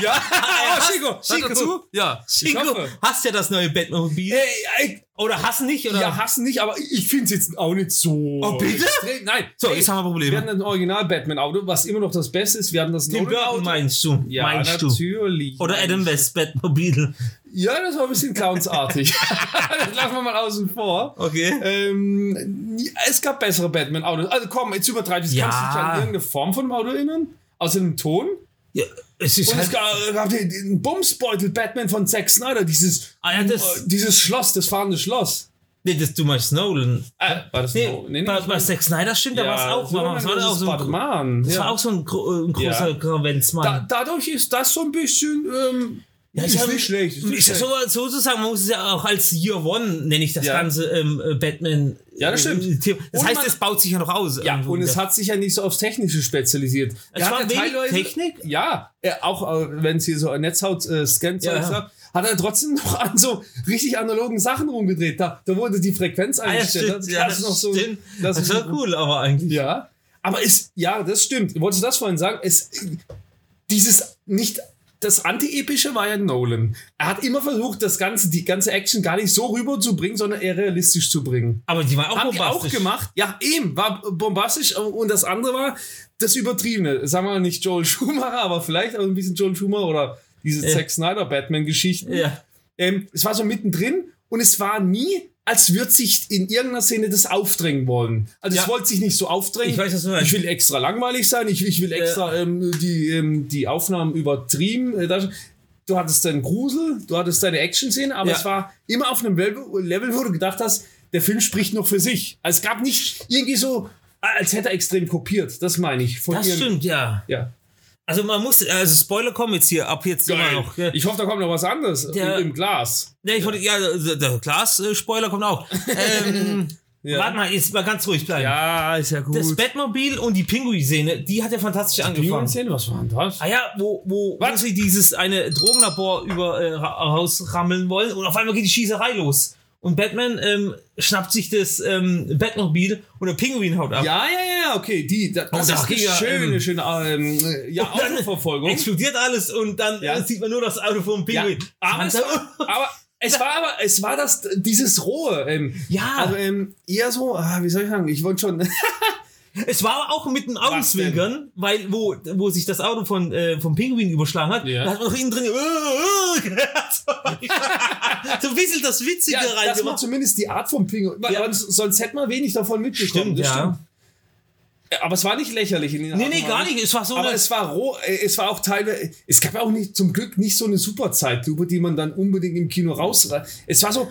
Speaker 2: Ja,
Speaker 1: Ah,
Speaker 2: oh, Chico,
Speaker 1: hast- Chico.
Speaker 2: Ja,
Speaker 1: Shinko hasst ja das neue Batmobil.
Speaker 2: Ey, ey,
Speaker 1: Oder hassen nicht, oder?
Speaker 2: Äh, ja, hassen nicht, aber ich finde es jetzt auch nicht so.
Speaker 1: Oh, bitte?
Speaker 2: extrem. Nein.
Speaker 1: So,
Speaker 2: Ey,
Speaker 1: jetzt haben wir Probleme.
Speaker 2: Wir hatten ein Original-Batman-Auto, was immer noch das Beste ist. Wir hatten das
Speaker 1: Tim
Speaker 2: Nolan-Auto.
Speaker 1: Burton meinst du?
Speaker 2: Ja,
Speaker 1: meinst du?
Speaker 2: natürlich.
Speaker 1: Oder Adam West Batmobil.
Speaker 2: Ja, das war ein bisschen clownsartig. das lassen wir mal außen vor.
Speaker 1: Okay.
Speaker 2: Ähm, es gab bessere Batman-Autos. Also komm, jetzt übertreibe ich
Speaker 1: Ja.
Speaker 2: Kannst du dich an irgendeine Form von dem Auto erinnern? Außer dem Ton?
Speaker 1: Ja, es ist
Speaker 2: Und es
Speaker 1: halt,
Speaker 2: gab, gab den, den Bumsbeutel Batman von Zack Snyder, dieses,
Speaker 1: Ah, ja, das-
Speaker 2: äh, dieses Schloss, das fahrende Schloss.
Speaker 1: nee, das, du meinst Nolan.
Speaker 2: Äh, war das
Speaker 1: Nee,
Speaker 2: so? Nee, nee,
Speaker 1: bei,
Speaker 2: ich-
Speaker 1: bei Zack Snyder stimmt, da war es auch.
Speaker 2: so
Speaker 1: aber es war
Speaker 2: lange
Speaker 1: auch
Speaker 2: ist
Speaker 1: so ein,
Speaker 2: Batman.
Speaker 1: das
Speaker 2: Ja.
Speaker 1: war auch so ein, gro- ein großer
Speaker 2: Ja. da,
Speaker 1: Kravenzmann.
Speaker 2: dadurch ist das so ein bisschen. Ähm, ist
Speaker 1: hab-
Speaker 2: nicht schlecht. Ist nicht
Speaker 1: ich-
Speaker 2: schlecht.
Speaker 1: so, so zu sagen, man muss es ja auch als Year One, nenne ich das
Speaker 2: Ja.
Speaker 1: ganze ähm, äh, Batman.
Speaker 2: Ja, das
Speaker 1: äh,
Speaker 2: stimmt.
Speaker 1: Thema. Das
Speaker 2: Und
Speaker 1: heißt,
Speaker 2: man-
Speaker 1: es baut sich ja noch aus.
Speaker 2: ja,
Speaker 1: irgendwo
Speaker 2: und es
Speaker 1: wieder.
Speaker 2: hat sich ja nicht so aufs Technische spezialisiert.
Speaker 1: Es
Speaker 2: Er hat
Speaker 1: war
Speaker 2: ja
Speaker 1: wenig
Speaker 2: teilweise-
Speaker 1: Technik?
Speaker 2: Ja, er, auch äh, wenn es hier so äh, ein Netzhaut-Scan
Speaker 1: Ja, ja.
Speaker 2: hat er trotzdem noch an so richtig analogen Sachen rumgedreht. Da, da wurde die Frequenz
Speaker 1: ah, ja,
Speaker 2: eingestellt.
Speaker 1: stimmt, ja, das,
Speaker 2: ist noch so,
Speaker 1: stimmt.
Speaker 2: das
Speaker 1: Das
Speaker 2: ist
Speaker 1: ist ja cool, aber eigentlich.
Speaker 2: Ja, aber es, ja, das stimmt. Wolltest du das vorhin sagen? Es, dieses nicht, das Anti-Epische war ja Nolan. Er hat immer versucht, das ganze, die ganze Action gar nicht so rüberzubringen, sondern eher realistisch zu bringen.
Speaker 1: Aber die waren auch
Speaker 2: Haben die auch
Speaker 1: bombastisch.
Speaker 2: gemacht? Ja, eben, war bombastisch. Und das andere war das Übertriebene. Sagen wir mal nicht Joel Schumacher, aber vielleicht auch ein bisschen Joel Schumacher oder diese
Speaker 1: Ja.
Speaker 2: Zack Snyder-Batman-Geschichten.
Speaker 1: Ja.
Speaker 2: Ähm, es war so mittendrin und es war nie, als würde sich in irgendeiner Szene das aufdrängen wollen. Also es
Speaker 1: Ja.
Speaker 2: wollte sich nicht so aufdrängen.
Speaker 1: Ich weiß, was du meinst. Äh.
Speaker 2: Ich will extra langweilig sein, ich, ich will extra ähm, die, ähm, die Aufnahmen übertrieben. äh, darstellen. Du hattest deinen Grusel, du hattest deine Action-Szene, aber
Speaker 1: Ja.
Speaker 2: es war immer auf einem Level, Level, wo du gedacht hast, der Film spricht nur für sich. Also es gab nicht irgendwie so, als hätte er extrem kopiert. Das meine ich. Von
Speaker 1: Das
Speaker 2: ihrem-
Speaker 1: stimmt, ja.
Speaker 2: Ja.
Speaker 1: Also man muss, also Spoiler kommen jetzt hier, ab jetzt immer noch. gell?
Speaker 2: Ich hoffe, da kommt noch was anderes
Speaker 1: Der-
Speaker 2: im Glas.
Speaker 1: also, äh, Ja, ich wollte, ja, der- der Glas-Spoiler kommt auch. ähm, Ja. Warte mal, jetzt mal ganz ruhig bleiben.
Speaker 2: Ja, ist ja gut.
Speaker 1: Das Batmobil und die Pinguin-Szene, die hat ja fantastisch angefangen.
Speaker 2: Pinguin-Szene, was war denn das?
Speaker 1: Ah ja, wo, wo, wo
Speaker 2: Was?
Speaker 1: sie dieses eine Drogenlabor über äh, ra- rausrammeln wollen und auf einmal geht die Schießerei los. Und Batman ähm, schnappt sich das ähm, Batmobil und der Pinguin haut ab.
Speaker 2: Ja, ja, ja, okay. Die, das,
Speaker 1: Oh,
Speaker 2: das,
Speaker 1: das
Speaker 2: ist eine
Speaker 1: ging ja,
Speaker 2: schöne,
Speaker 1: ähm,
Speaker 2: schöne ähm, ja,
Speaker 1: Und dann
Speaker 2: Autoverfolgung.
Speaker 1: Explodiert alles und dann
Speaker 2: Ja.
Speaker 1: äh, sieht man nur das Auto vom
Speaker 2: Ja,
Speaker 1: Pinguin.
Speaker 2: aber, es, aber es war aber, es war das, dieses rohe. Ähm,
Speaker 1: Ja.
Speaker 2: Also ähm, eher so, ah, wie soll ich sagen, ich wollte schon.
Speaker 1: Es war auch mit dem
Speaker 2: Was denn?
Speaker 1: Augenzwinkern, weil wo, wo sich das Auto von, äh, vom Pinguin überschlagen hat,
Speaker 2: Ja.
Speaker 1: da hat man noch innen drin äh, äh, gehört. so ein bisschen das Witzige
Speaker 2: das war
Speaker 1: reingemacht.
Speaker 2: zumindest die Art vom Pinguin.
Speaker 1: Ja.
Speaker 2: Sonst, sonst hätte man wenig davon mitbekommen.
Speaker 1: Stimmt,
Speaker 2: das
Speaker 1: ja.
Speaker 2: stimmt. Aber es war nicht lächerlich. In den
Speaker 1: Nee,
Speaker 2: Art und
Speaker 1: nee, gar
Speaker 2: Weise.
Speaker 1: nicht. Es war so
Speaker 2: Aber
Speaker 1: eine.
Speaker 2: es war roh, äh, es war auch teilweise, es gab ja auch nicht, zum Glück nicht so eine super Zeitlupe, die man dann unbedingt im Kino raus. Es war so,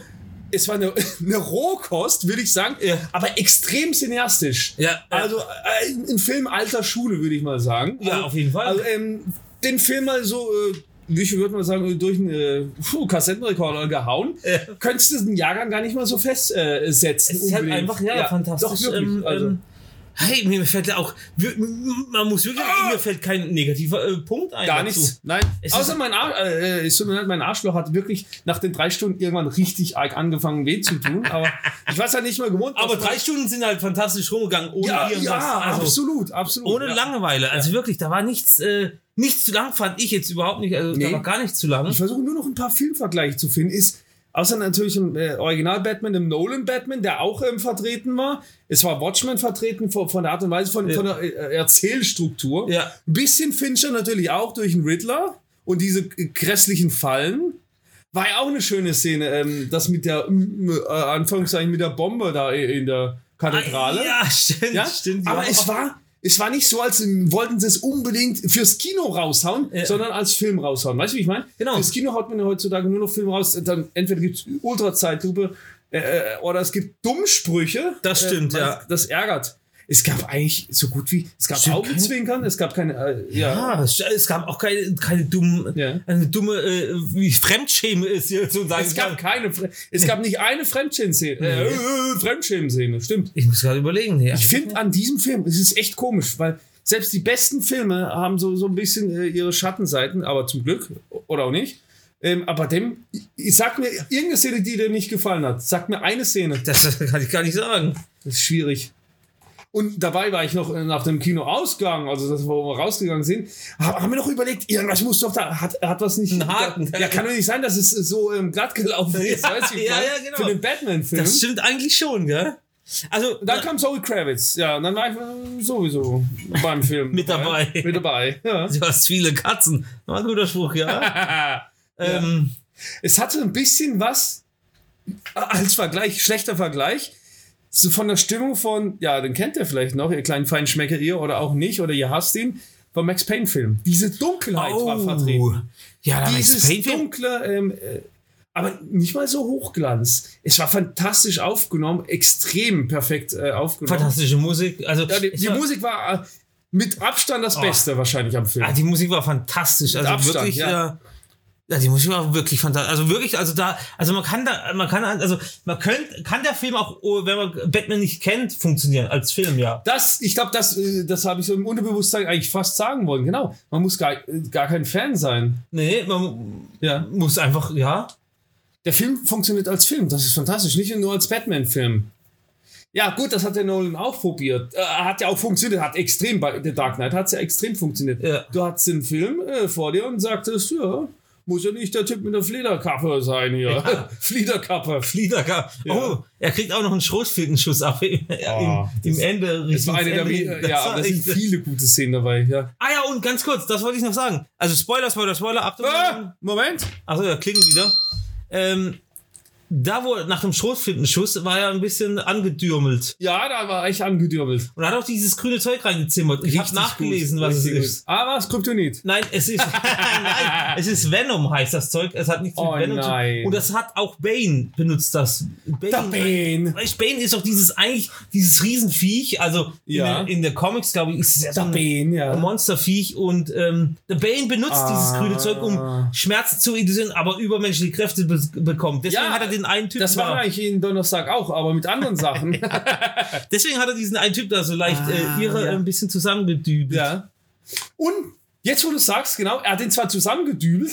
Speaker 2: es war eine, eine Rohkost, würde ich sagen,
Speaker 1: Ja.
Speaker 2: aber extrem cineastisch.
Speaker 1: Ja, ja.
Speaker 2: Also äh, ein Film alter Schule, würde ich mal sagen.
Speaker 1: Ja,
Speaker 2: also,
Speaker 1: auf jeden Fall.
Speaker 2: Also ähm, den Film mal so, äh, wie ich würde mal sagen, durch einen äh, puh, Kassettenrekorder gehauen,
Speaker 1: Ja.
Speaker 2: könntest du den Jahrgang gar nicht mal so festsetzen. Äh, setzen
Speaker 1: Es ist halt
Speaker 2: unbedingt.
Speaker 1: einfach, ja, fantastisch.
Speaker 2: Doch, wirklich.
Speaker 1: ähm,
Speaker 2: also.
Speaker 1: ähm, hey, mir fällt ja auch, wir- man muss wirklich, mir fällt kein negativer äh, Punkt ein.
Speaker 2: Ah! Gar
Speaker 1: dazu.
Speaker 2: nichts. Nein.
Speaker 1: Es
Speaker 2: Außer
Speaker 1: ist-
Speaker 2: mein, Ar äh, es tut mir leid, mein Arschloch hat wirklich nach den drei Stunden irgendwann richtig arg angefangen, weh zu tun. Aber ich weiß halt nicht mehr gewohnt.
Speaker 1: Aber
Speaker 2: was
Speaker 1: drei
Speaker 2: man-
Speaker 1: Stunden sind halt fantastisch rumgegangen, ohne
Speaker 2: Ja,
Speaker 1: irgendwas.
Speaker 2: ja
Speaker 1: also,
Speaker 2: absolut, absolut.
Speaker 1: ohne
Speaker 2: ja.
Speaker 1: Langeweile. Also wirklich, da war nichts, äh, nichts zu lang, fand ich jetzt überhaupt nicht. Also
Speaker 2: Nee.
Speaker 1: da war gar nichts zu lang.
Speaker 2: Ich versuche nur noch ein paar Filmvergleiche zu finden. Ist außer natürlich im äh, Original Batman, im Nolan Batman, der auch ähm, vertreten war. Es war Watchmen vertreten von, von der Art und Weise von,
Speaker 1: Ja.
Speaker 2: von der äh, Erzählstruktur.
Speaker 1: Ja.
Speaker 2: Ein bisschen Fincher natürlich auch durch den Riddler und diese äh, grässlichen Fallen. War ja auch eine schöne Szene, ähm, das mit der m- m- äh, Anführungszeichen mit der Bombe da i- in der Kathedrale.
Speaker 1: Ah, Ja, stimmt,
Speaker 2: Ja?
Speaker 1: stimmt.
Speaker 2: Aber
Speaker 1: ja.
Speaker 2: es war es war nicht so, als wollten sie es unbedingt fürs Kino raushauen,
Speaker 1: Ja.
Speaker 2: sondern als Film raushauen. Weißt du, wie ich meine?
Speaker 1: Genau.
Speaker 2: Fürs Kino haut man ja heutzutage nur noch Filme raus. Dann entweder gibt es Ultrazeitlupe äh, äh, oder es gibt Dummsprüche.
Speaker 1: Das stimmt,
Speaker 2: äh,
Speaker 1: ja.
Speaker 2: Das ärgert. Es gab eigentlich so gut wie, es gab
Speaker 1: Stimmt,
Speaker 2: Augenzwinkern, es gab keine, äh, ja.
Speaker 1: Ja, es- Ah, es gab auch keine, keine dummen,
Speaker 2: Ja.
Speaker 1: eine dumme, äh, wie Fremdschäme ist hier so sagen
Speaker 2: Es
Speaker 1: kann.
Speaker 2: gab keine, Fre- es gab nicht eine Fremdschämen-Szene. Äh, äh, Fremdschämen-Szene, stimmt.
Speaker 1: Ich muss gerade überlegen. Ja.
Speaker 2: Ich finde an diesem Film, es ist echt komisch, weil selbst die besten Filme haben so, so ein bisschen äh, ihre Schattenseiten, aber zum Glück oder auch nicht. Ähm, aber dem, ich, ich sag mir irgendeine Szene, die dir nicht gefallen hat. Sag mir eine Szene.
Speaker 1: das kann ich gar nicht sagen.
Speaker 2: Das ist schwierig. Und dabei war ich noch äh, nach dem Kino ausgegangen, also das, wo wir rausgegangen sind, ha- haben wir noch überlegt, irgendwas muss doch da, hat, hat was nicht.
Speaker 1: Ein Haken.
Speaker 2: Ja, kann doch nicht sein, dass es so ähm, glatt gelaufen ist,
Speaker 1: Ja,
Speaker 2: weißt du, wie ich
Speaker 1: ja,
Speaker 2: meine?
Speaker 1: ja, genau.
Speaker 2: für den Batman-Film.
Speaker 1: Das stimmt eigentlich schon, gell? Also,
Speaker 2: Und dann kam Zoe Kravitz. Ja, und dann war ich äh, sowieso beim Film.
Speaker 1: Mit dabei.
Speaker 2: Mit dabei, ja.
Speaker 1: du hast viele Katzen. War ein guter Spruch, ja. ähm,
Speaker 2: Es hatte ein bisschen was äh, als Vergleich, schlechter Vergleich, so von der Stimmung von, ja, den kennt ihr vielleicht noch, ihr kleinen feinen Schmecker ihr oder auch nicht, oder ihr hasst ihn, vom Max Payne-Film. Diese Dunkelheit war vertreten.
Speaker 1: Oh. Ja, da
Speaker 2: Dieses
Speaker 1: Max Payne-
Speaker 2: dunkle, ähm, äh, aber nicht mal so Hochglanz. Es war fantastisch aufgenommen, extrem perfekt äh, aufgenommen.
Speaker 1: fantastische Musik. Also,
Speaker 2: Ja, die,
Speaker 1: ich
Speaker 2: die
Speaker 1: sag-
Speaker 2: Musik war äh, mit Abstand das
Speaker 1: Oh.
Speaker 2: Beste wahrscheinlich am Film.
Speaker 1: Ah, die Musik war fantastisch. Also
Speaker 2: Abstand,
Speaker 1: wirklich,
Speaker 2: ja.
Speaker 1: ja. ja, die Musik war wirklich fantastisch. Also wirklich, also da, also man kann da, man kann, also man könnte, kann der Film auch, oh, wenn man Batman nicht kennt, funktionieren als Film, ja.
Speaker 2: das, ich glaube, das, äh, das habe ich so im Unterbewusstsein eigentlich fast sagen wollen. Genau. Man muss gar, äh, gar kein Fan sein.
Speaker 1: Nee, man
Speaker 2: Ja.
Speaker 1: muss einfach, ja.
Speaker 2: Der Film funktioniert als Film. Das ist fantastisch. Nicht nur als Batman-Film. Ja, gut, das hat der Nolan auch probiert. Äh, hat ja auch funktioniert. Hat extrem bei The Dark Knight hat es ja extrem funktioniert.
Speaker 1: Ja.
Speaker 2: Du hattest den Film äh, vor dir und sagtest, ja, muss ja nicht der Typ mit der Flederkappe sein hier. Fliederkappe.
Speaker 1: Fliederker. Oh, er kriegt auch noch einen Schrotflintenschuss ab im,
Speaker 2: Ah,
Speaker 1: im, im Ende.
Speaker 2: Das war eine der
Speaker 1: Ende,
Speaker 2: wenigen. Ja, aber
Speaker 1: war
Speaker 2: das sind
Speaker 1: echt-
Speaker 2: viele gute Szenen dabei. Ja.
Speaker 1: Ah ja, und ganz kurz, das wollte ich noch sagen. Also Spoiler, Spoiler, Spoiler, Achtung.
Speaker 2: Ah, Moment.
Speaker 1: Achso, ja, klingen wieder. Ähm, da wo nach dem Schrotflintenschuss war er ein bisschen angedürmelt.
Speaker 2: Ja, da war ich angedürbelt.
Speaker 1: Und hat auch dieses grüne Zeug reingezimmert. Ich habe nachgelesen, was es ist.
Speaker 2: Aber war es Kryptonit.
Speaker 1: Nein, es ist, nein, es ist Venom heißt das Zeug. Es hat nichts
Speaker 2: Oh
Speaker 1: mit Venom zu
Speaker 2: nein.
Speaker 1: tun. Und das hat auch Bane benutzt das. Bane,
Speaker 2: Der Bane.
Speaker 1: Weißt, Bane ist doch dieses eigentlich dieses Riesenviech. Also
Speaker 2: Ja.
Speaker 1: in, der, in der Comics glaube ich ist es ja so ein
Speaker 2: Bane, ja.
Speaker 1: Monsterviech und ähm, der Bane benutzt dieses
Speaker 2: Ah.
Speaker 1: grüne Zeug, um Schmerzen zu induzieren, aber übermenschliche Kräfte be bekommt. Deswegen
Speaker 2: Ja,
Speaker 1: hat er den einen Typ
Speaker 2: Das
Speaker 1: da.
Speaker 2: war eigentlich jeden Donnerstag auch, aber mit anderen Sachen.
Speaker 1: Deswegen hat er diesen einen Typ da so leicht
Speaker 2: Ah,
Speaker 1: äh, ihre
Speaker 2: ja.
Speaker 1: ein bisschen zusammengedübelt.
Speaker 2: ja. Und jetzt, wo du sagst, genau, er hat ihn zwar zusammengedübelt,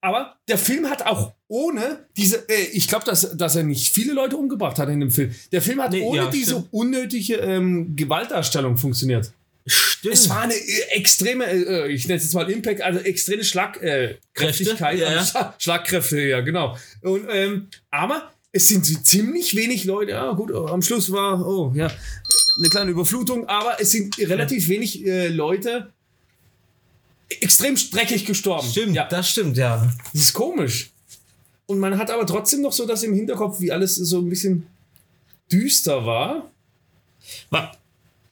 Speaker 2: aber der Film hat auch ohne diese, äh, ich glaube, dass, dass er nicht viele Leute umgebracht hat in dem Film. Der Film hat
Speaker 1: Nee,
Speaker 2: ohne
Speaker 1: ja,
Speaker 2: diese
Speaker 1: stimmt.
Speaker 2: unnötige ähm, Gewaltdarstellung funktioniert.
Speaker 1: Stimmt.
Speaker 2: Es war eine äh, extreme, äh, ich nenne es jetzt mal Impact, also extreme Schlagkräftigkeit. Äh, Kräftigkeit,
Speaker 1: Ja, ja.
Speaker 2: also Schla- Schlagkräfte, ja, genau. Und, ähm, aber es sind so ziemlich wenig Leute, ja gut, oh, am Schluss war, oh ja, eine kleine Überflutung, aber es sind relativ wenig äh, Leute extrem dreckig gestorben.
Speaker 1: stimmt,
Speaker 2: ja.
Speaker 1: das stimmt, ja.
Speaker 2: Das ist komisch. Und man hat aber trotzdem noch so das im Hinterkopf, wie alles so ein bisschen düster war.
Speaker 1: Wa-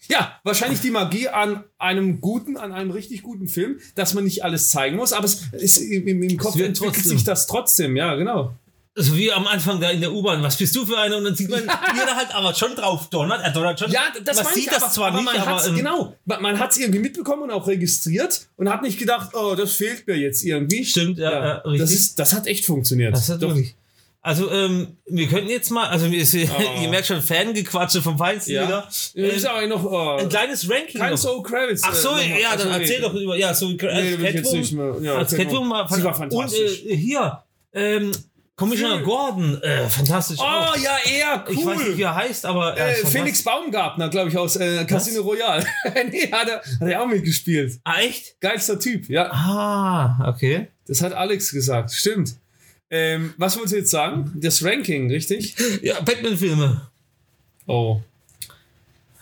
Speaker 2: Ja, wahrscheinlich die Magie an einem guten, an einem richtig guten Film, dass man nicht alles zeigen muss, aber es ist im, im- im Kopf
Speaker 1: wird
Speaker 2: entwickelt
Speaker 1: trotzdem.
Speaker 2: sich das trotzdem, ja, genau.
Speaker 1: So wie am Anfang da in der U-Bahn, was bist du für eine? Und dann sieht man, wie er da halt aber schon drauf donnert. Er donnert schon.
Speaker 2: Ja, das
Speaker 1: man
Speaker 2: meine
Speaker 1: sieht
Speaker 2: ich,
Speaker 1: das
Speaker 2: aber,
Speaker 1: zwar
Speaker 2: aber
Speaker 1: nicht,
Speaker 2: man
Speaker 1: aber.
Speaker 2: hat's-
Speaker 1: ähm,
Speaker 2: genau, man, man hat es irgendwie mitbekommen und auch registriert und hat nicht gedacht, oh, das fehlt mir jetzt irgendwie.
Speaker 1: Stimmt, ja, ja, richtig.
Speaker 2: das, ist, das hat echt funktioniert.
Speaker 1: Das hat
Speaker 2: Doch.
Speaker 1: wirklich. Also, ähm, wir könnten jetzt mal, also mir ist,
Speaker 2: Oh.
Speaker 1: ihr merkt schon Fangequatsche vom Feinsten
Speaker 2: ja.
Speaker 1: wieder.
Speaker 2: Wir müssen
Speaker 1: Ähm,
Speaker 2: aber noch oh,
Speaker 1: ein kleines Ranking.
Speaker 2: kein
Speaker 1: noch.
Speaker 2: So Credits.
Speaker 1: Ach so,
Speaker 2: äh, noch-
Speaker 1: ja, dann
Speaker 2: also,
Speaker 1: erzähl doch über. Ja, so
Speaker 2: Nee,
Speaker 1: als
Speaker 2: will ich jetzt nicht
Speaker 1: Catwoman.
Speaker 2: mehr. Ja,
Speaker 1: Als
Speaker 2: genau.
Speaker 1: Catwoman war,
Speaker 2: Sie war
Speaker 1: Und
Speaker 2: fantastisch.
Speaker 1: äh, hier, ähm, Commissioner
Speaker 2: Für-
Speaker 1: Gordon, äh, fantastisch. auch.
Speaker 2: oh, ja, er, cool.
Speaker 1: Ich weiß nicht, wie er heißt, aber. er
Speaker 2: Äh,
Speaker 1: ist fantastisch.
Speaker 2: Felix Baumgartner, glaube ich, aus äh, Casino Royale. nee, hat er, hat er auch mitgespielt.
Speaker 1: Ah, echt?
Speaker 2: Geilster Typ, ja.
Speaker 1: Ah, okay.
Speaker 2: Das hat Alex gesagt, stimmt. Ähm, was wolltest du jetzt sagen? Das Ranking, richtig?
Speaker 1: Ja, Batman-Filme.
Speaker 2: Oh.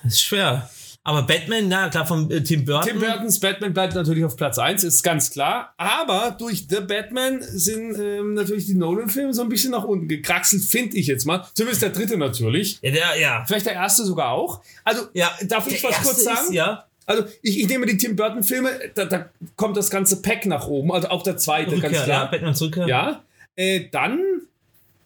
Speaker 1: Das ist schwer. Aber Batman, na klar, von äh, Tim Burton.
Speaker 2: Tim Burtons Batman bleibt natürlich auf Platz 1, ist ganz klar. Aber durch The Batman sind ähm, natürlich die Nolan-Filme so ein bisschen nach unten gekraxelt, finde ich jetzt mal. Zumindest der dritte natürlich.
Speaker 1: Ja, der, ja.
Speaker 2: Vielleicht der erste sogar auch. Also,
Speaker 1: ja.
Speaker 2: darf ich
Speaker 1: Der
Speaker 2: was
Speaker 1: erste
Speaker 2: kurz sagen?
Speaker 1: Ist, ja.
Speaker 2: Also ich, ich nehme die Tim Burton Filme, da, da kommt das ganze Pack nach oben, also auch der zweite, ganz
Speaker 1: Rückkehr, ja,
Speaker 2: klar.
Speaker 1: Batman Rückkehr.
Speaker 2: Ja, Äh, dann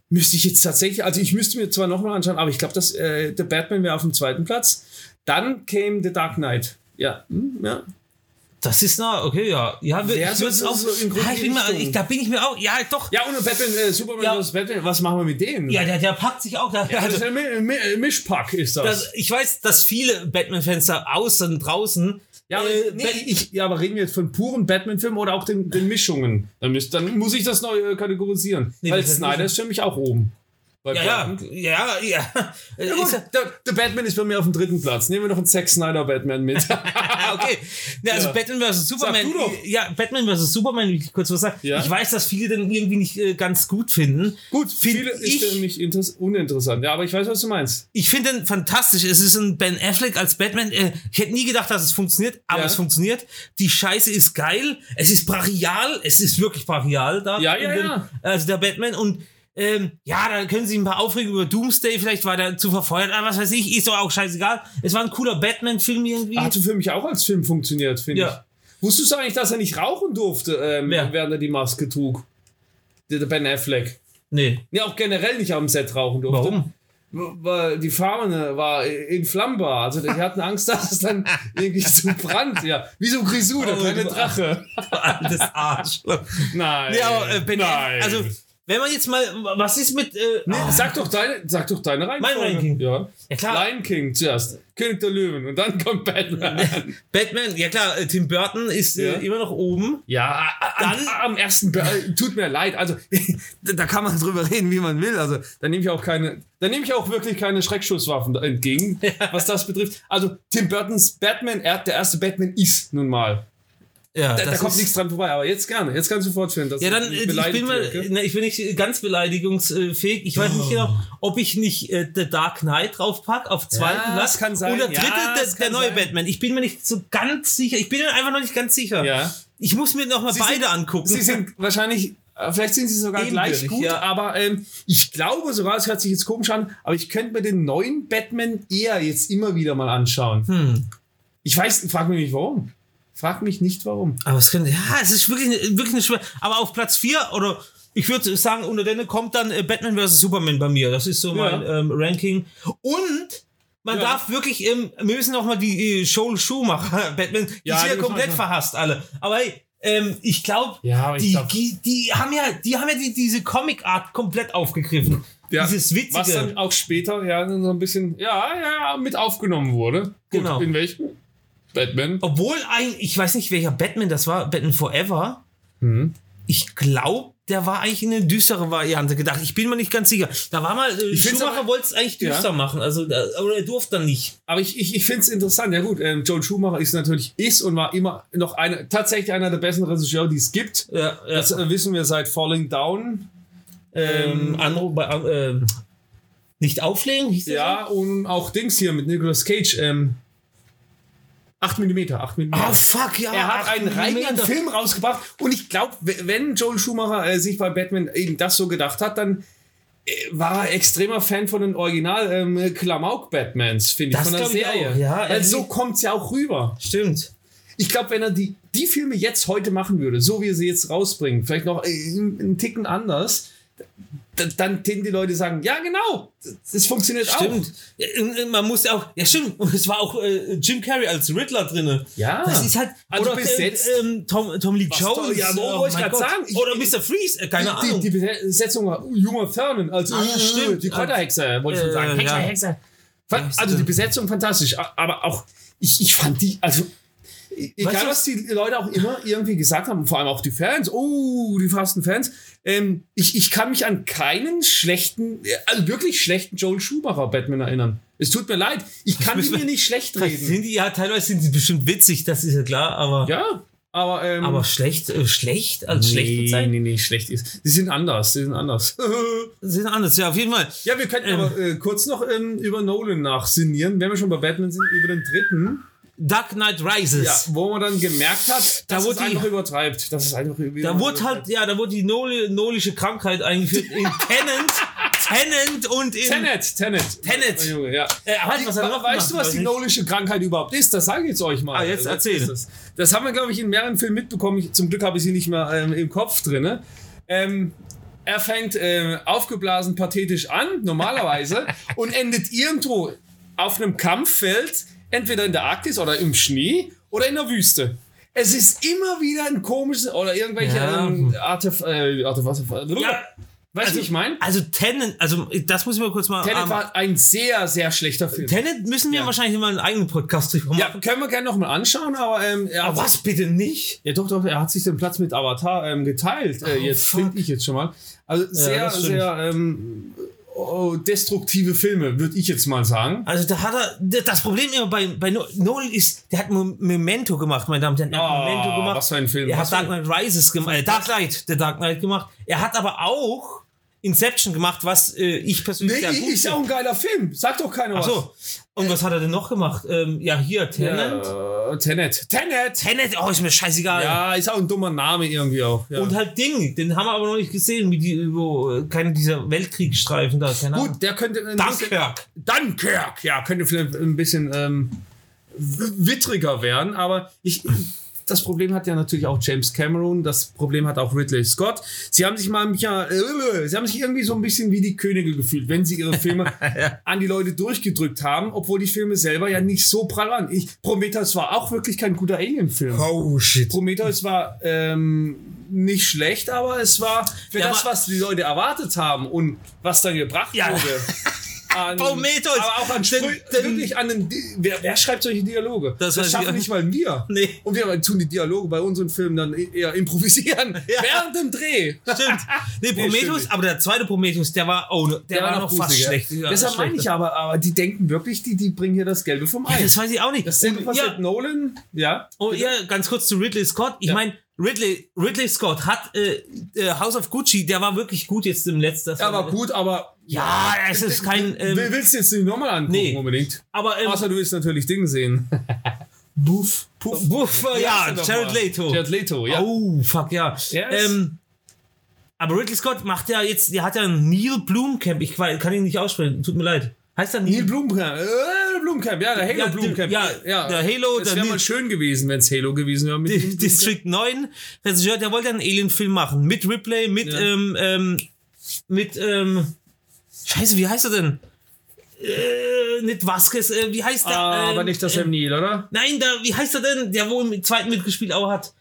Speaker 2: müsste ich jetzt tatsächlich, also ich müsste mir zwar nochmal anschauen, aber ich glaube, dass äh, der Batman wäre auf dem zweiten Platz. Dann käme The Dark Knight. Ja, hm, ja.
Speaker 1: Das ist na, okay, ja. Ja, wir,
Speaker 2: Ja,
Speaker 1: ich,
Speaker 2: so-
Speaker 1: würd's
Speaker 2: so-
Speaker 1: auch,
Speaker 2: so in
Speaker 1: ja, ich bin mal,
Speaker 2: Richtung.
Speaker 1: ich, da bin ich mir auch, ja, doch.
Speaker 2: Ja, und Batman, äh, Superman
Speaker 1: Ja.
Speaker 2: vs. Batman, was machen wir mit denen?
Speaker 1: Ja, der, der packt sich auch. Der,
Speaker 2: das
Speaker 1: also,
Speaker 2: ist ein Mi- Mi- Mischpack ist das.
Speaker 1: das, ich weiß, dass viele Batman-Fans da außen, draußen.
Speaker 2: ja, aber,
Speaker 1: äh,
Speaker 2: nee,
Speaker 1: Bat-
Speaker 2: ich, ja, aber reden wir jetzt von puren Batman-Filmen oder auch den, den Mischungen? Dann, müsst, dann muss ich das neu äh, kategorisieren.
Speaker 1: Nee,
Speaker 2: Weil
Speaker 1: das heißt
Speaker 2: Snyder
Speaker 1: Mischung.
Speaker 2: ist für mich auch oben. Bei
Speaker 1: ja,
Speaker 2: Burton.
Speaker 1: ja, ja, ja. Äh,
Speaker 2: Ja, gut,
Speaker 1: ist ja-
Speaker 2: der, der Batman ist bei mir auf dem dritten Platz. Nehmen wir noch einen Zack Snyder Batman mit.
Speaker 1: Ah, okay. Na, also
Speaker 2: Ja.
Speaker 1: Batman vs. Superman.
Speaker 2: du doch.
Speaker 1: Ja, Batman vs. Superman, will ich kurz was sagen.
Speaker 2: Ja.
Speaker 1: Ich weiß, dass viele den irgendwie nicht äh, ganz gut finden.
Speaker 2: Gut,
Speaker 1: Find
Speaker 2: viele
Speaker 1: ich-
Speaker 2: ist äh, nicht interess- uninteressant. Ja, aber ich weiß, was du meinst.
Speaker 1: Ich finde den fantastisch. Es ist ein Ben Affleck als Batman. Äh, Ich hätte nie gedacht, dass es funktioniert, aber
Speaker 2: Ja.
Speaker 1: es funktioniert. Die Scheiße ist geil. Es ist brachial. Es ist wirklich brachial da.
Speaker 2: Ja,
Speaker 1: in
Speaker 2: ja,
Speaker 1: dem-
Speaker 2: ja.
Speaker 1: Also der Batman und ähm, ja, da können Sie ein paar aufregen über Doomsday. Vielleicht war der zu verfeuert. Aber was weiß ich, ist doch auch scheißegal. Es war ein cooler Batman-Film irgendwie.
Speaker 2: Hat für mich auch als Film funktioniert, finde
Speaker 1: Ja.
Speaker 2: ich. Wusstest du eigentlich, dass er nicht rauchen durfte, ähm,
Speaker 1: Wer?
Speaker 2: während er die Maske trug? Der der Ben Affleck.
Speaker 1: nee.
Speaker 2: Ja, auch generell nicht am Set rauchen durfte.
Speaker 1: Warum?
Speaker 2: Weil die Fahne war inflammbar. Also die hatten Angst, dass es dann irgendwie so brannt. Ja, wie so Grisou, der
Speaker 1: Oh,
Speaker 2: kleine
Speaker 1: du-
Speaker 2: Drache.
Speaker 1: Altes Arschloch.
Speaker 2: Nein.
Speaker 1: Ja, aber äh, Ben
Speaker 2: Nein.
Speaker 1: Also, wenn man jetzt mal, was ist mit, äh,
Speaker 2: Nee, sag doch deine, sag doch deine Reihenfolge.
Speaker 1: Ranking.
Speaker 2: Ja.
Speaker 1: Ja, klar.
Speaker 2: Lion King zuerst. König der Löwen und dann kommt Batman.
Speaker 1: Batman, ja klar, äh, Tim Burton ist
Speaker 2: Ja.
Speaker 1: äh, immer noch oben.
Speaker 2: ja, dann am ersten. Ba- Tut mir leid. Also da kann man drüber reden, wie man will. Also da nehme ich auch keine, da nehme ich auch wirklich keine Schreckschusswaffen da entgegen, was das betrifft. Also Tim Burtons Batman, er, der erste Batman ist nun mal.
Speaker 1: Ja,
Speaker 2: Da, da
Speaker 1: das
Speaker 2: kommt
Speaker 1: ist-
Speaker 2: nichts dran vorbei. Aber jetzt gerne, jetzt kannst du fortführen. dass
Speaker 1: Ja, dann,
Speaker 2: ich
Speaker 1: äh, ich
Speaker 2: beleidigt
Speaker 1: bin mal,
Speaker 2: wirke.
Speaker 1: na, ich bin nicht äh, ganz beleidigungsfähig. Ich weiß nicht genau, ob ich nicht äh, The Dark Knight draufpack auf zweiten
Speaker 2: Oh. Ja,
Speaker 1: Platz.
Speaker 2: das kann sein.
Speaker 1: Oder
Speaker 2: Ja,
Speaker 1: dritte, der,
Speaker 2: das
Speaker 1: der
Speaker 2: kann
Speaker 1: neue
Speaker 2: sein.
Speaker 1: Batman. Ich bin mir nicht so ganz sicher. Ich bin mir einfach noch nicht ganz sicher.
Speaker 2: Ja.
Speaker 1: Ich muss mir noch mal
Speaker 2: Sie
Speaker 1: beide
Speaker 2: sind-
Speaker 1: angucken.
Speaker 2: Sie sind wahrscheinlich, äh, vielleicht sind sie sogar
Speaker 1: Ebenbürtig,
Speaker 2: gleich gut,
Speaker 1: ja.
Speaker 2: aber ähm, ich glaube sogar, es hört sich jetzt komisch an, aber ich könnte mir den neuen Batman eher jetzt immer wieder mal anschauen.
Speaker 1: hm.
Speaker 2: Ich weiß, frag mich nicht warum. Frag mich nicht warum.
Speaker 1: Aber es finde ja, es ist wirklich, eine- wirklich eine schwer. Aber auf Platz 4 oder ich würde sagen, unter denen kommt dann äh, Batman vs. Superman bei mir. Das ist so mein ähm, Ranking. Und man
Speaker 2: Ja.
Speaker 1: darf wirklich, ähm, wir müssen nochmal die äh, Joel Schumacher, Batman, die
Speaker 2: Ja,
Speaker 1: sind
Speaker 2: die
Speaker 1: ja
Speaker 2: müssen wir
Speaker 1: komplett
Speaker 2: schon-
Speaker 1: verhasst alle. Aber hey, ähm, ich glaube,
Speaker 2: Ja, aber ich
Speaker 1: die,
Speaker 2: glaub-
Speaker 1: die, die haben ja, die haben ja die, diese Comic-Art komplett aufgegriffen.
Speaker 2: Ja,
Speaker 1: Dieses Witzige.
Speaker 2: Was dann auch später ja so ein bisschen ja, ja mit aufgenommen wurde. Gut,
Speaker 1: Genau. Oh.
Speaker 2: In welchem? Batman.
Speaker 1: Obwohl ein, ich weiß nicht, welcher Batman das war, Batman Forever.
Speaker 2: Hm.
Speaker 1: Ich glaube, der war eigentlich in eine düstere Variante gedacht. Ich bin mir nicht ganz sicher. Da war mal, äh,
Speaker 2: Ich find's
Speaker 1: Schumacher
Speaker 2: aber-
Speaker 1: wollte es eigentlich
Speaker 2: Ja.
Speaker 1: düster machen, also, da, aber er durfte dann nicht.
Speaker 2: Aber ich, ich, ich finde es interessant. Ja gut, ähm, Joel Schumacher ist natürlich ist und war immer noch eine, tatsächlich einer der besten Regisseure, die es gibt.
Speaker 1: Ja, ja.
Speaker 2: Das äh, wissen wir seit Falling Down. Ähm,
Speaker 1: ähm, Anruf bei, ähm, nicht auflegen? hieß der
Speaker 2: ja, und auch Dings hier mit Nicolas Cage. Ähm, 8 mm, 8 mm.
Speaker 1: so? Ah, fuck, ja.
Speaker 2: Er hat
Speaker 1: acht
Speaker 2: einen
Speaker 1: Millimeter.
Speaker 2: reinen Film rausgebracht und ich glaube, wenn Joel Schumacher äh, sich bei Batman eben das so gedacht hat, dann äh, war er extremer Fan von den Original ähm, Klamauk Batmans, finde ich,
Speaker 1: Das
Speaker 2: von der
Speaker 1: glaub ich
Speaker 2: Serie.
Speaker 1: auch, ja.
Speaker 2: Weil so kommt es ja auch rüber.
Speaker 1: Stimmt.
Speaker 2: Ich glaube, wenn er die, die Filme jetzt heute machen würde, so wie er sie jetzt rausbringen, vielleicht noch äh, einen Ticken anders, d- dann täten die Leute sagen, ja genau, das funktioniert auch.
Speaker 1: Stimmt. Ja, und, äh, Man muss ja auch, ja stimmt, Und es war auch äh, Jim Carrey als Riddler drinne.
Speaker 2: Ja.
Speaker 1: Das ist halt,
Speaker 2: Also
Speaker 1: oder
Speaker 2: besetzt.
Speaker 1: äh, ähm, Tom, Tom Lee
Speaker 2: Was
Speaker 1: Jones.
Speaker 2: soll- ja, wo
Speaker 1: oh
Speaker 2: wollte ich
Speaker 1: mein
Speaker 2: grad
Speaker 1: Gott.
Speaker 2: sagen? Ich-
Speaker 1: oder Mr. Freeze, äh, keine Ahnung.
Speaker 2: Die, die Besetzung war Juma Thurman als
Speaker 1: Ah, ja, stimmt.
Speaker 2: äh, die Kräuterhexe, wollte ich schon sagen.
Speaker 1: Äh, ja.
Speaker 2: Fa- Also die Besetzung fantastisch, a- aber auch ich, ich fand die, also egal
Speaker 1: Weißt du,
Speaker 2: was die Leute auch immer irgendwie gesagt haben, vor allem auch die Fans, oh, die fasten Fans, ähm, ich, ich kann mich an keinen schlechten, äh, also wirklich schlechten Joel Schumacher Batman erinnern. Es tut mir leid, ich kann die
Speaker 1: müssen wir-
Speaker 2: mir nicht schlecht
Speaker 1: Vielleicht
Speaker 2: reden.
Speaker 1: Sind die, ja, teilweise sind die bestimmt witzig, das ist ja klar, aber,
Speaker 2: Ja, aber, ähm,
Speaker 1: aber schlecht, äh, schlecht, als schlecht
Speaker 2: nee,
Speaker 1: bezeichnet.
Speaker 2: nee, nee, schlecht ist. Die sind anders, die sind anders.
Speaker 1: Sind anders, ja, auf jeden Fall.
Speaker 2: Ja, wir könnten aber äh, kurz noch ähm, über Nolan nachsinnieren, wenn wir schon bei Batman sind, über den dritten,
Speaker 1: Dark Knight
Speaker 2: ja,
Speaker 1: Rises.
Speaker 2: wo man dann gemerkt hat,
Speaker 1: Da
Speaker 2: dass es
Speaker 1: wurde die-
Speaker 2: einfach übertreibt. Dass es einfach über-
Speaker 1: Da wurde halt, ja, da wurde die Nol nolische Krankheit eingeführt in Tenant, Tenant und in.
Speaker 2: Tenet, Tenet.
Speaker 1: Tenet.
Speaker 2: Oh, Junge, ja.
Speaker 1: Äh, halt, was hat er noch
Speaker 2: weißt du,
Speaker 1: gemacht,
Speaker 2: was die
Speaker 1: weiß ich.
Speaker 2: nolische Krankheit überhaupt ist? Das sage ich jetzt euch mal.
Speaker 1: Ah, jetzt
Speaker 2: Das
Speaker 1: erzähl.
Speaker 2: ist Das. das haben wir, glaube ich, in mehreren Filmen mitbekommen. Ich, zum Glück habe ich sie nicht mehr ähm, im Kopf drin. Ne? Ähm, er fängt äh, aufgeblasen pathetisch an, normalerweise, und endet irgendwo auf einem Kampffeld, entweder in der Arktis oder im Schnee oder in der Wüste. Es ist immer wieder ein komisches oder irgendwelche
Speaker 1: Ja.
Speaker 2: ähm, Artef äh, Artefakte.
Speaker 1: Ja,
Speaker 2: weißt du,
Speaker 1: also-
Speaker 2: wie ich meine?
Speaker 1: Also Tenant, also das müssen wir kurz mal.
Speaker 2: Tenet
Speaker 1: ähm,
Speaker 2: war ein sehr, sehr schlechter Film.
Speaker 1: Tenet müssen wir
Speaker 2: Ja.
Speaker 1: wahrscheinlich mal einen eigenen Podcast drüber
Speaker 2: Ja,
Speaker 1: machen.
Speaker 2: können wir gerne nochmal anschauen, aber ähm, er hat
Speaker 1: Aber
Speaker 2: sich-
Speaker 1: was bitte nicht?
Speaker 2: Ja, doch, doch, er hat sich den Platz mit Avatar ähm, geteilt. Äh,
Speaker 1: Oh,
Speaker 2: jetzt
Speaker 1: fuck.
Speaker 2: finde ich jetzt schon mal. Also sehr,
Speaker 1: das stimmt.
Speaker 2: sehr ähm, oh, destruktive Filme, würde ich jetzt mal sagen.
Speaker 1: Also da hat er, d- das Problem immer bei, bei No- Nolan ist, der hat Mo- Memento gemacht, meine Damen und Herren. Er hat Memento
Speaker 2: Ah,
Speaker 1: gemacht.
Speaker 2: was für ein Film.
Speaker 1: Er
Speaker 2: was
Speaker 1: hat
Speaker 2: für
Speaker 1: Dark Knight Rises gemacht, äh, Dark Knight, der Dark Knight gemacht. Er hat aber auch Inception gemacht, was äh, ich persönlich
Speaker 2: nee,
Speaker 1: sehr gut
Speaker 2: ist auch ein geiler Film. Sagt doch keiner
Speaker 1: Ach so. Und was hat er denn noch gemacht? Ähm, ja, hier,
Speaker 2: was.
Speaker 1: Tenant.
Speaker 2: Äh, Tenet. Tenet.
Speaker 1: Tenet, oh, ist mir scheißegal.
Speaker 2: Ja, ist auch ein dummer Name irgendwie auch. Ja.
Speaker 1: Und halt Ding, den haben wir aber noch nicht gesehen, wie die, wo äh, keine dieser Weltkriegsstreifen da, keine Ahnung.
Speaker 2: Gut, der könnte. ein bisschen-
Speaker 1: Dunkirk.
Speaker 2: Dunkirk, ja, könnte vielleicht ein bisschen ähm, w- wittriger werden, aber ich. Das Problem hat ja natürlich auch James Cameron, das Problem hat auch Ridley Scott. Sie haben sich mal, ja, äh, sie haben sich irgendwie so ein bisschen wie die Könige gefühlt, wenn sie ihre Filme an die Leute durchgedrückt haben, obwohl die Filme selber ja nicht so prall waren. Ich, Prometheus war auch wirklich kein guter Alien-Film.
Speaker 1: Oh shit.
Speaker 2: Prometheus war ähm, nicht schlecht, aber es war für
Speaker 1: Ja,
Speaker 2: das,
Speaker 1: aber-
Speaker 2: was die Leute erwartet haben und was dann gebracht
Speaker 1: Ja.
Speaker 2: wurde. An,
Speaker 1: Prometheus.
Speaker 2: Aber auch an
Speaker 1: Denn-
Speaker 2: Sprü-
Speaker 1: denn-
Speaker 2: wirklich an den. Di- Wer, wer schreibt solche Dialoge?
Speaker 1: Das
Speaker 2: Das,
Speaker 1: weiß ich auch
Speaker 2: schaffen nicht mal wir.
Speaker 1: Nee.
Speaker 2: Und wir tun die Dialoge bei unseren Filmen dann e-, eher improvisieren.
Speaker 1: Ja.
Speaker 2: Während dem Dreh.
Speaker 1: Stimmt. Nee, Prometheus,
Speaker 2: stimmt.
Speaker 1: aber der zweite Prometheus, der war, oh, der, war, noch fast
Speaker 2: gruseliger.
Speaker 1: schlecht. Ja,
Speaker 2: Deshalb meine ich
Speaker 1: schlechter.
Speaker 2: aber, aber die denken wirklich, die, die bringen hier das Gelbe vom Ei.
Speaker 1: Das weiß ich auch nicht.
Speaker 2: Dasselbe
Speaker 1: Und,
Speaker 2: passiert
Speaker 1: ja,
Speaker 2: Nolan. Ja.
Speaker 1: Oh ja, ganz kurz zu Ridley Scott. Ich
Speaker 2: Ja.
Speaker 1: meine, Ridley, Ridley Scott hat äh, äh, House of Gucci, der war wirklich gut jetzt im letzten. das
Speaker 2: Er
Speaker 1: war-
Speaker 2: war gut, aber.
Speaker 1: Äh, Ja, es ist kein.
Speaker 2: Will-
Speaker 1: Ähm,
Speaker 2: willst du jetzt nicht nochmal angucken
Speaker 1: Nee.
Speaker 2: unbedingt?
Speaker 1: aber ähm,
Speaker 2: Außer du willst natürlich Dinge sehen. Buff. Puff.
Speaker 1: Wuff, äh, ja,
Speaker 2: Lass ihn doch
Speaker 1: Jared
Speaker 2: mal.
Speaker 1: Leto.
Speaker 2: Jared Leto, ja.
Speaker 1: Oh, fuck ja. Ähm, aber Ridley Scott macht ja jetzt, der hat ja ein Neil Blumkamp. Ich kann ihn nicht aussprechen, tut mir leid. Heißt er Neil?
Speaker 2: Neil Blumkamp. Äh, Blumencamp, ja, der Halo
Speaker 1: Ja, die-
Speaker 2: Blumencamp.
Speaker 1: ja, der Halo,
Speaker 2: Es
Speaker 1: der
Speaker 2: wäre
Speaker 1: Ni-
Speaker 2: mal schön gewesen, wenn es Halo gewesen wäre. Mit
Speaker 1: Di- District 9 Regisseur, der wollte einen Alien-Film machen. Mit Ripley, mit,
Speaker 2: Ja.
Speaker 1: ähm, ähm, mit, ähm, Scheiße, wie heißt er denn? Äh, nicht Vasquez, äh, wie heißt der?
Speaker 2: Ah,
Speaker 1: ähm,
Speaker 2: aber nicht das
Speaker 1: äh,
Speaker 2: Sam Neill, oder?
Speaker 1: Nein, da, wie heißt er denn? Der wohl im zweiten mitgespielt auch hat.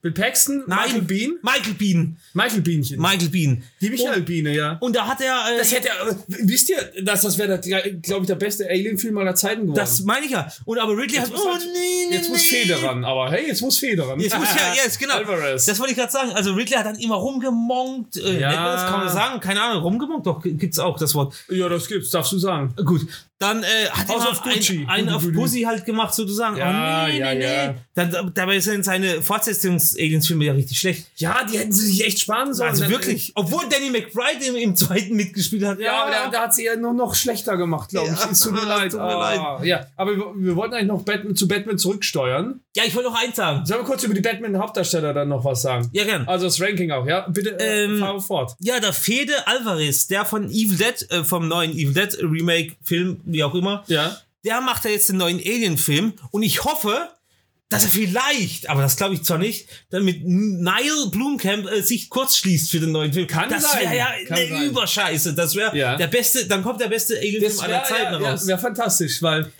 Speaker 2: Bill Paxton?
Speaker 1: Nein.
Speaker 2: Michael Bean?
Speaker 1: Michael Bean.
Speaker 2: Michael Bienchen.
Speaker 1: Michael Bean.
Speaker 2: Die
Speaker 1: Oh.
Speaker 2: Michael Biene, ja.
Speaker 1: Und da hat er. Äh,
Speaker 2: Das hätte, wisst ihr, dass das wäre, glaube ich, der beste Alien-Film aller Zeiten geworden.
Speaker 1: das meine ich ja. Und aber Ridley hat.
Speaker 2: muss
Speaker 1: Oh
Speaker 2: halt-
Speaker 1: nee, nee,
Speaker 2: jetzt muss
Speaker 1: nee.
Speaker 2: Federer, aber hey, jetzt muss Federer. ne? Ah,
Speaker 1: Jetzt muss ja, ja, jetzt genau.
Speaker 2: Alvarez.
Speaker 1: Das wollte ich gerade sagen. Also Ridley hat dann immer rumgemonkt. Äh,
Speaker 2: Ja.
Speaker 1: nennt man das, kann man das sagen? Keine Ahnung, rumgemonkt doch, gibt's auch das Wort.
Speaker 2: ja, das gibt's, darfst du sagen.
Speaker 1: Gut, dann äh, hat
Speaker 2: House
Speaker 1: er
Speaker 2: of
Speaker 1: mal
Speaker 2: Gucci.
Speaker 1: einen, einen auf Pussy halt gemacht, sozusagen.
Speaker 2: Ja,
Speaker 1: oh, nee,
Speaker 2: ja,
Speaker 1: nee,
Speaker 2: ja.
Speaker 1: nee. Dann, dabei sind seine Fortsetzungs-Aliens-Filme ja richtig schlecht.
Speaker 2: Ja, die hätten sie sich echt sparen sollen.
Speaker 1: Also
Speaker 2: Dann- äh,
Speaker 1: wirklich. Obwohl Danny McBride im, im zweiten mitgespielt hat.
Speaker 2: Ja, aber da, da hat sie ja nur noch schlechter gemacht, glaube ich.
Speaker 1: Ja,
Speaker 2: Es tut mir
Speaker 1: tut
Speaker 2: leid.
Speaker 1: mir
Speaker 2: ah, Ja, aber wir, wir wollten eigentlich noch Batman, zu Batman zurücksteuern.
Speaker 1: ja ich wollte noch eins sagen.
Speaker 2: Sollen wir kurz über die Batman-Hauptdarsteller dann noch was sagen?
Speaker 1: Ja, gern.
Speaker 2: Also das Ranking auch, ja? Bitte äh,
Speaker 1: Ähm,
Speaker 2: fahre fort.
Speaker 1: Ja, der Fede Alvarez, der von Evil Dead, äh, vom neuen Evil Dead Remake, Film, wie auch immer,
Speaker 2: Ja.
Speaker 1: der macht ja jetzt den neuen Alien-Film und ich hoffe, dass er vielleicht, aber das glaube ich zwar nicht, dann mit Niall Blumkamp äh, sich kurz schließt für den neuen Film.
Speaker 2: Kann
Speaker 1: das
Speaker 2: sein,
Speaker 1: wäre ja
Speaker 2: kann
Speaker 1: eine
Speaker 2: sein.
Speaker 1: Überscheiße. Das wäre
Speaker 2: Ja.
Speaker 1: der beste, dann kommt der beste Alien-Film aller Zeiten
Speaker 2: ja,
Speaker 1: raus.
Speaker 2: Ja, wäre fantastisch, weil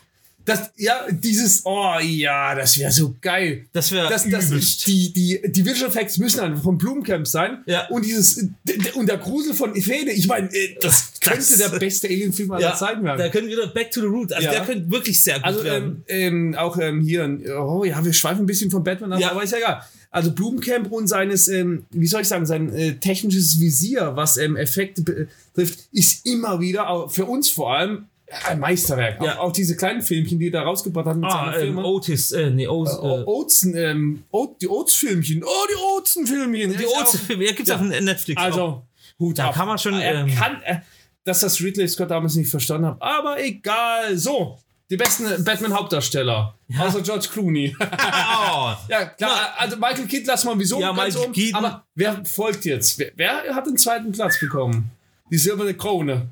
Speaker 2: das, ja, dieses, oh ja, das wäre so geil.
Speaker 1: Das wäre
Speaker 2: das, das,
Speaker 1: übelst.
Speaker 2: die, die, die Visual Effects müssen einfach vom Blumencamp sein.
Speaker 1: Ja.
Speaker 2: Und dieses d- d- und der Grusel von Fede, ich meine, äh, das,
Speaker 1: Das- das-
Speaker 2: könnte der beste Alien-Film aller
Speaker 1: ja,
Speaker 2: Zeiten
Speaker 1: Da
Speaker 2: werden.
Speaker 1: können wir doch Back to the Root. Also
Speaker 2: Ja.
Speaker 1: der könnte wirklich sehr gut
Speaker 2: Also
Speaker 1: werden.
Speaker 2: ähm, ähm, auch ähm, hier, oh ja, wir schweifen ein bisschen von Batman ab,
Speaker 1: Ja.
Speaker 2: aber ist ja egal. Also Blumencamp und seines, ähm, wie soll ich sagen, sein äh, technisches Visier, was ähm, Effekte betrifft, ist immer wieder, auch für uns vor allem, ein Meisterwerk.
Speaker 1: Ja.
Speaker 2: Auch, auch diese kleinen Filmchen, die er da rausgebracht hat mit
Speaker 1: ah,
Speaker 2: seinen
Speaker 1: ähm,
Speaker 2: Filmen.
Speaker 1: Otis, äh, nee, Otis,
Speaker 2: Oh,
Speaker 1: äh,
Speaker 2: Oatsen, ähm, Oat, die Oats-Filmchen. Oh, die Oatsen-Filmchen.
Speaker 1: die
Speaker 2: Ist auch-
Speaker 1: Otis-Filme, ja, gibt's
Speaker 2: Ja.
Speaker 1: auf Netflix. auch.
Speaker 2: Also, Hut
Speaker 1: da
Speaker 2: ab.
Speaker 1: kann man schon.
Speaker 2: Er
Speaker 1: ähm,
Speaker 2: kann, er, dass das Ridley Scott damals nicht verstanden hat. Aber egal. So, die besten Batman-Hauptdarsteller. Außer George Clooney.
Speaker 1: oh.
Speaker 2: ja, klar. Also, Michael Kidd lassen wir wieso
Speaker 1: Ja,
Speaker 2: ganz
Speaker 1: Michael
Speaker 2: oben.
Speaker 1: Keaton.
Speaker 2: Aber wer folgt jetzt? Wer, wer hat den zweiten Platz bekommen? Die silberne Krone.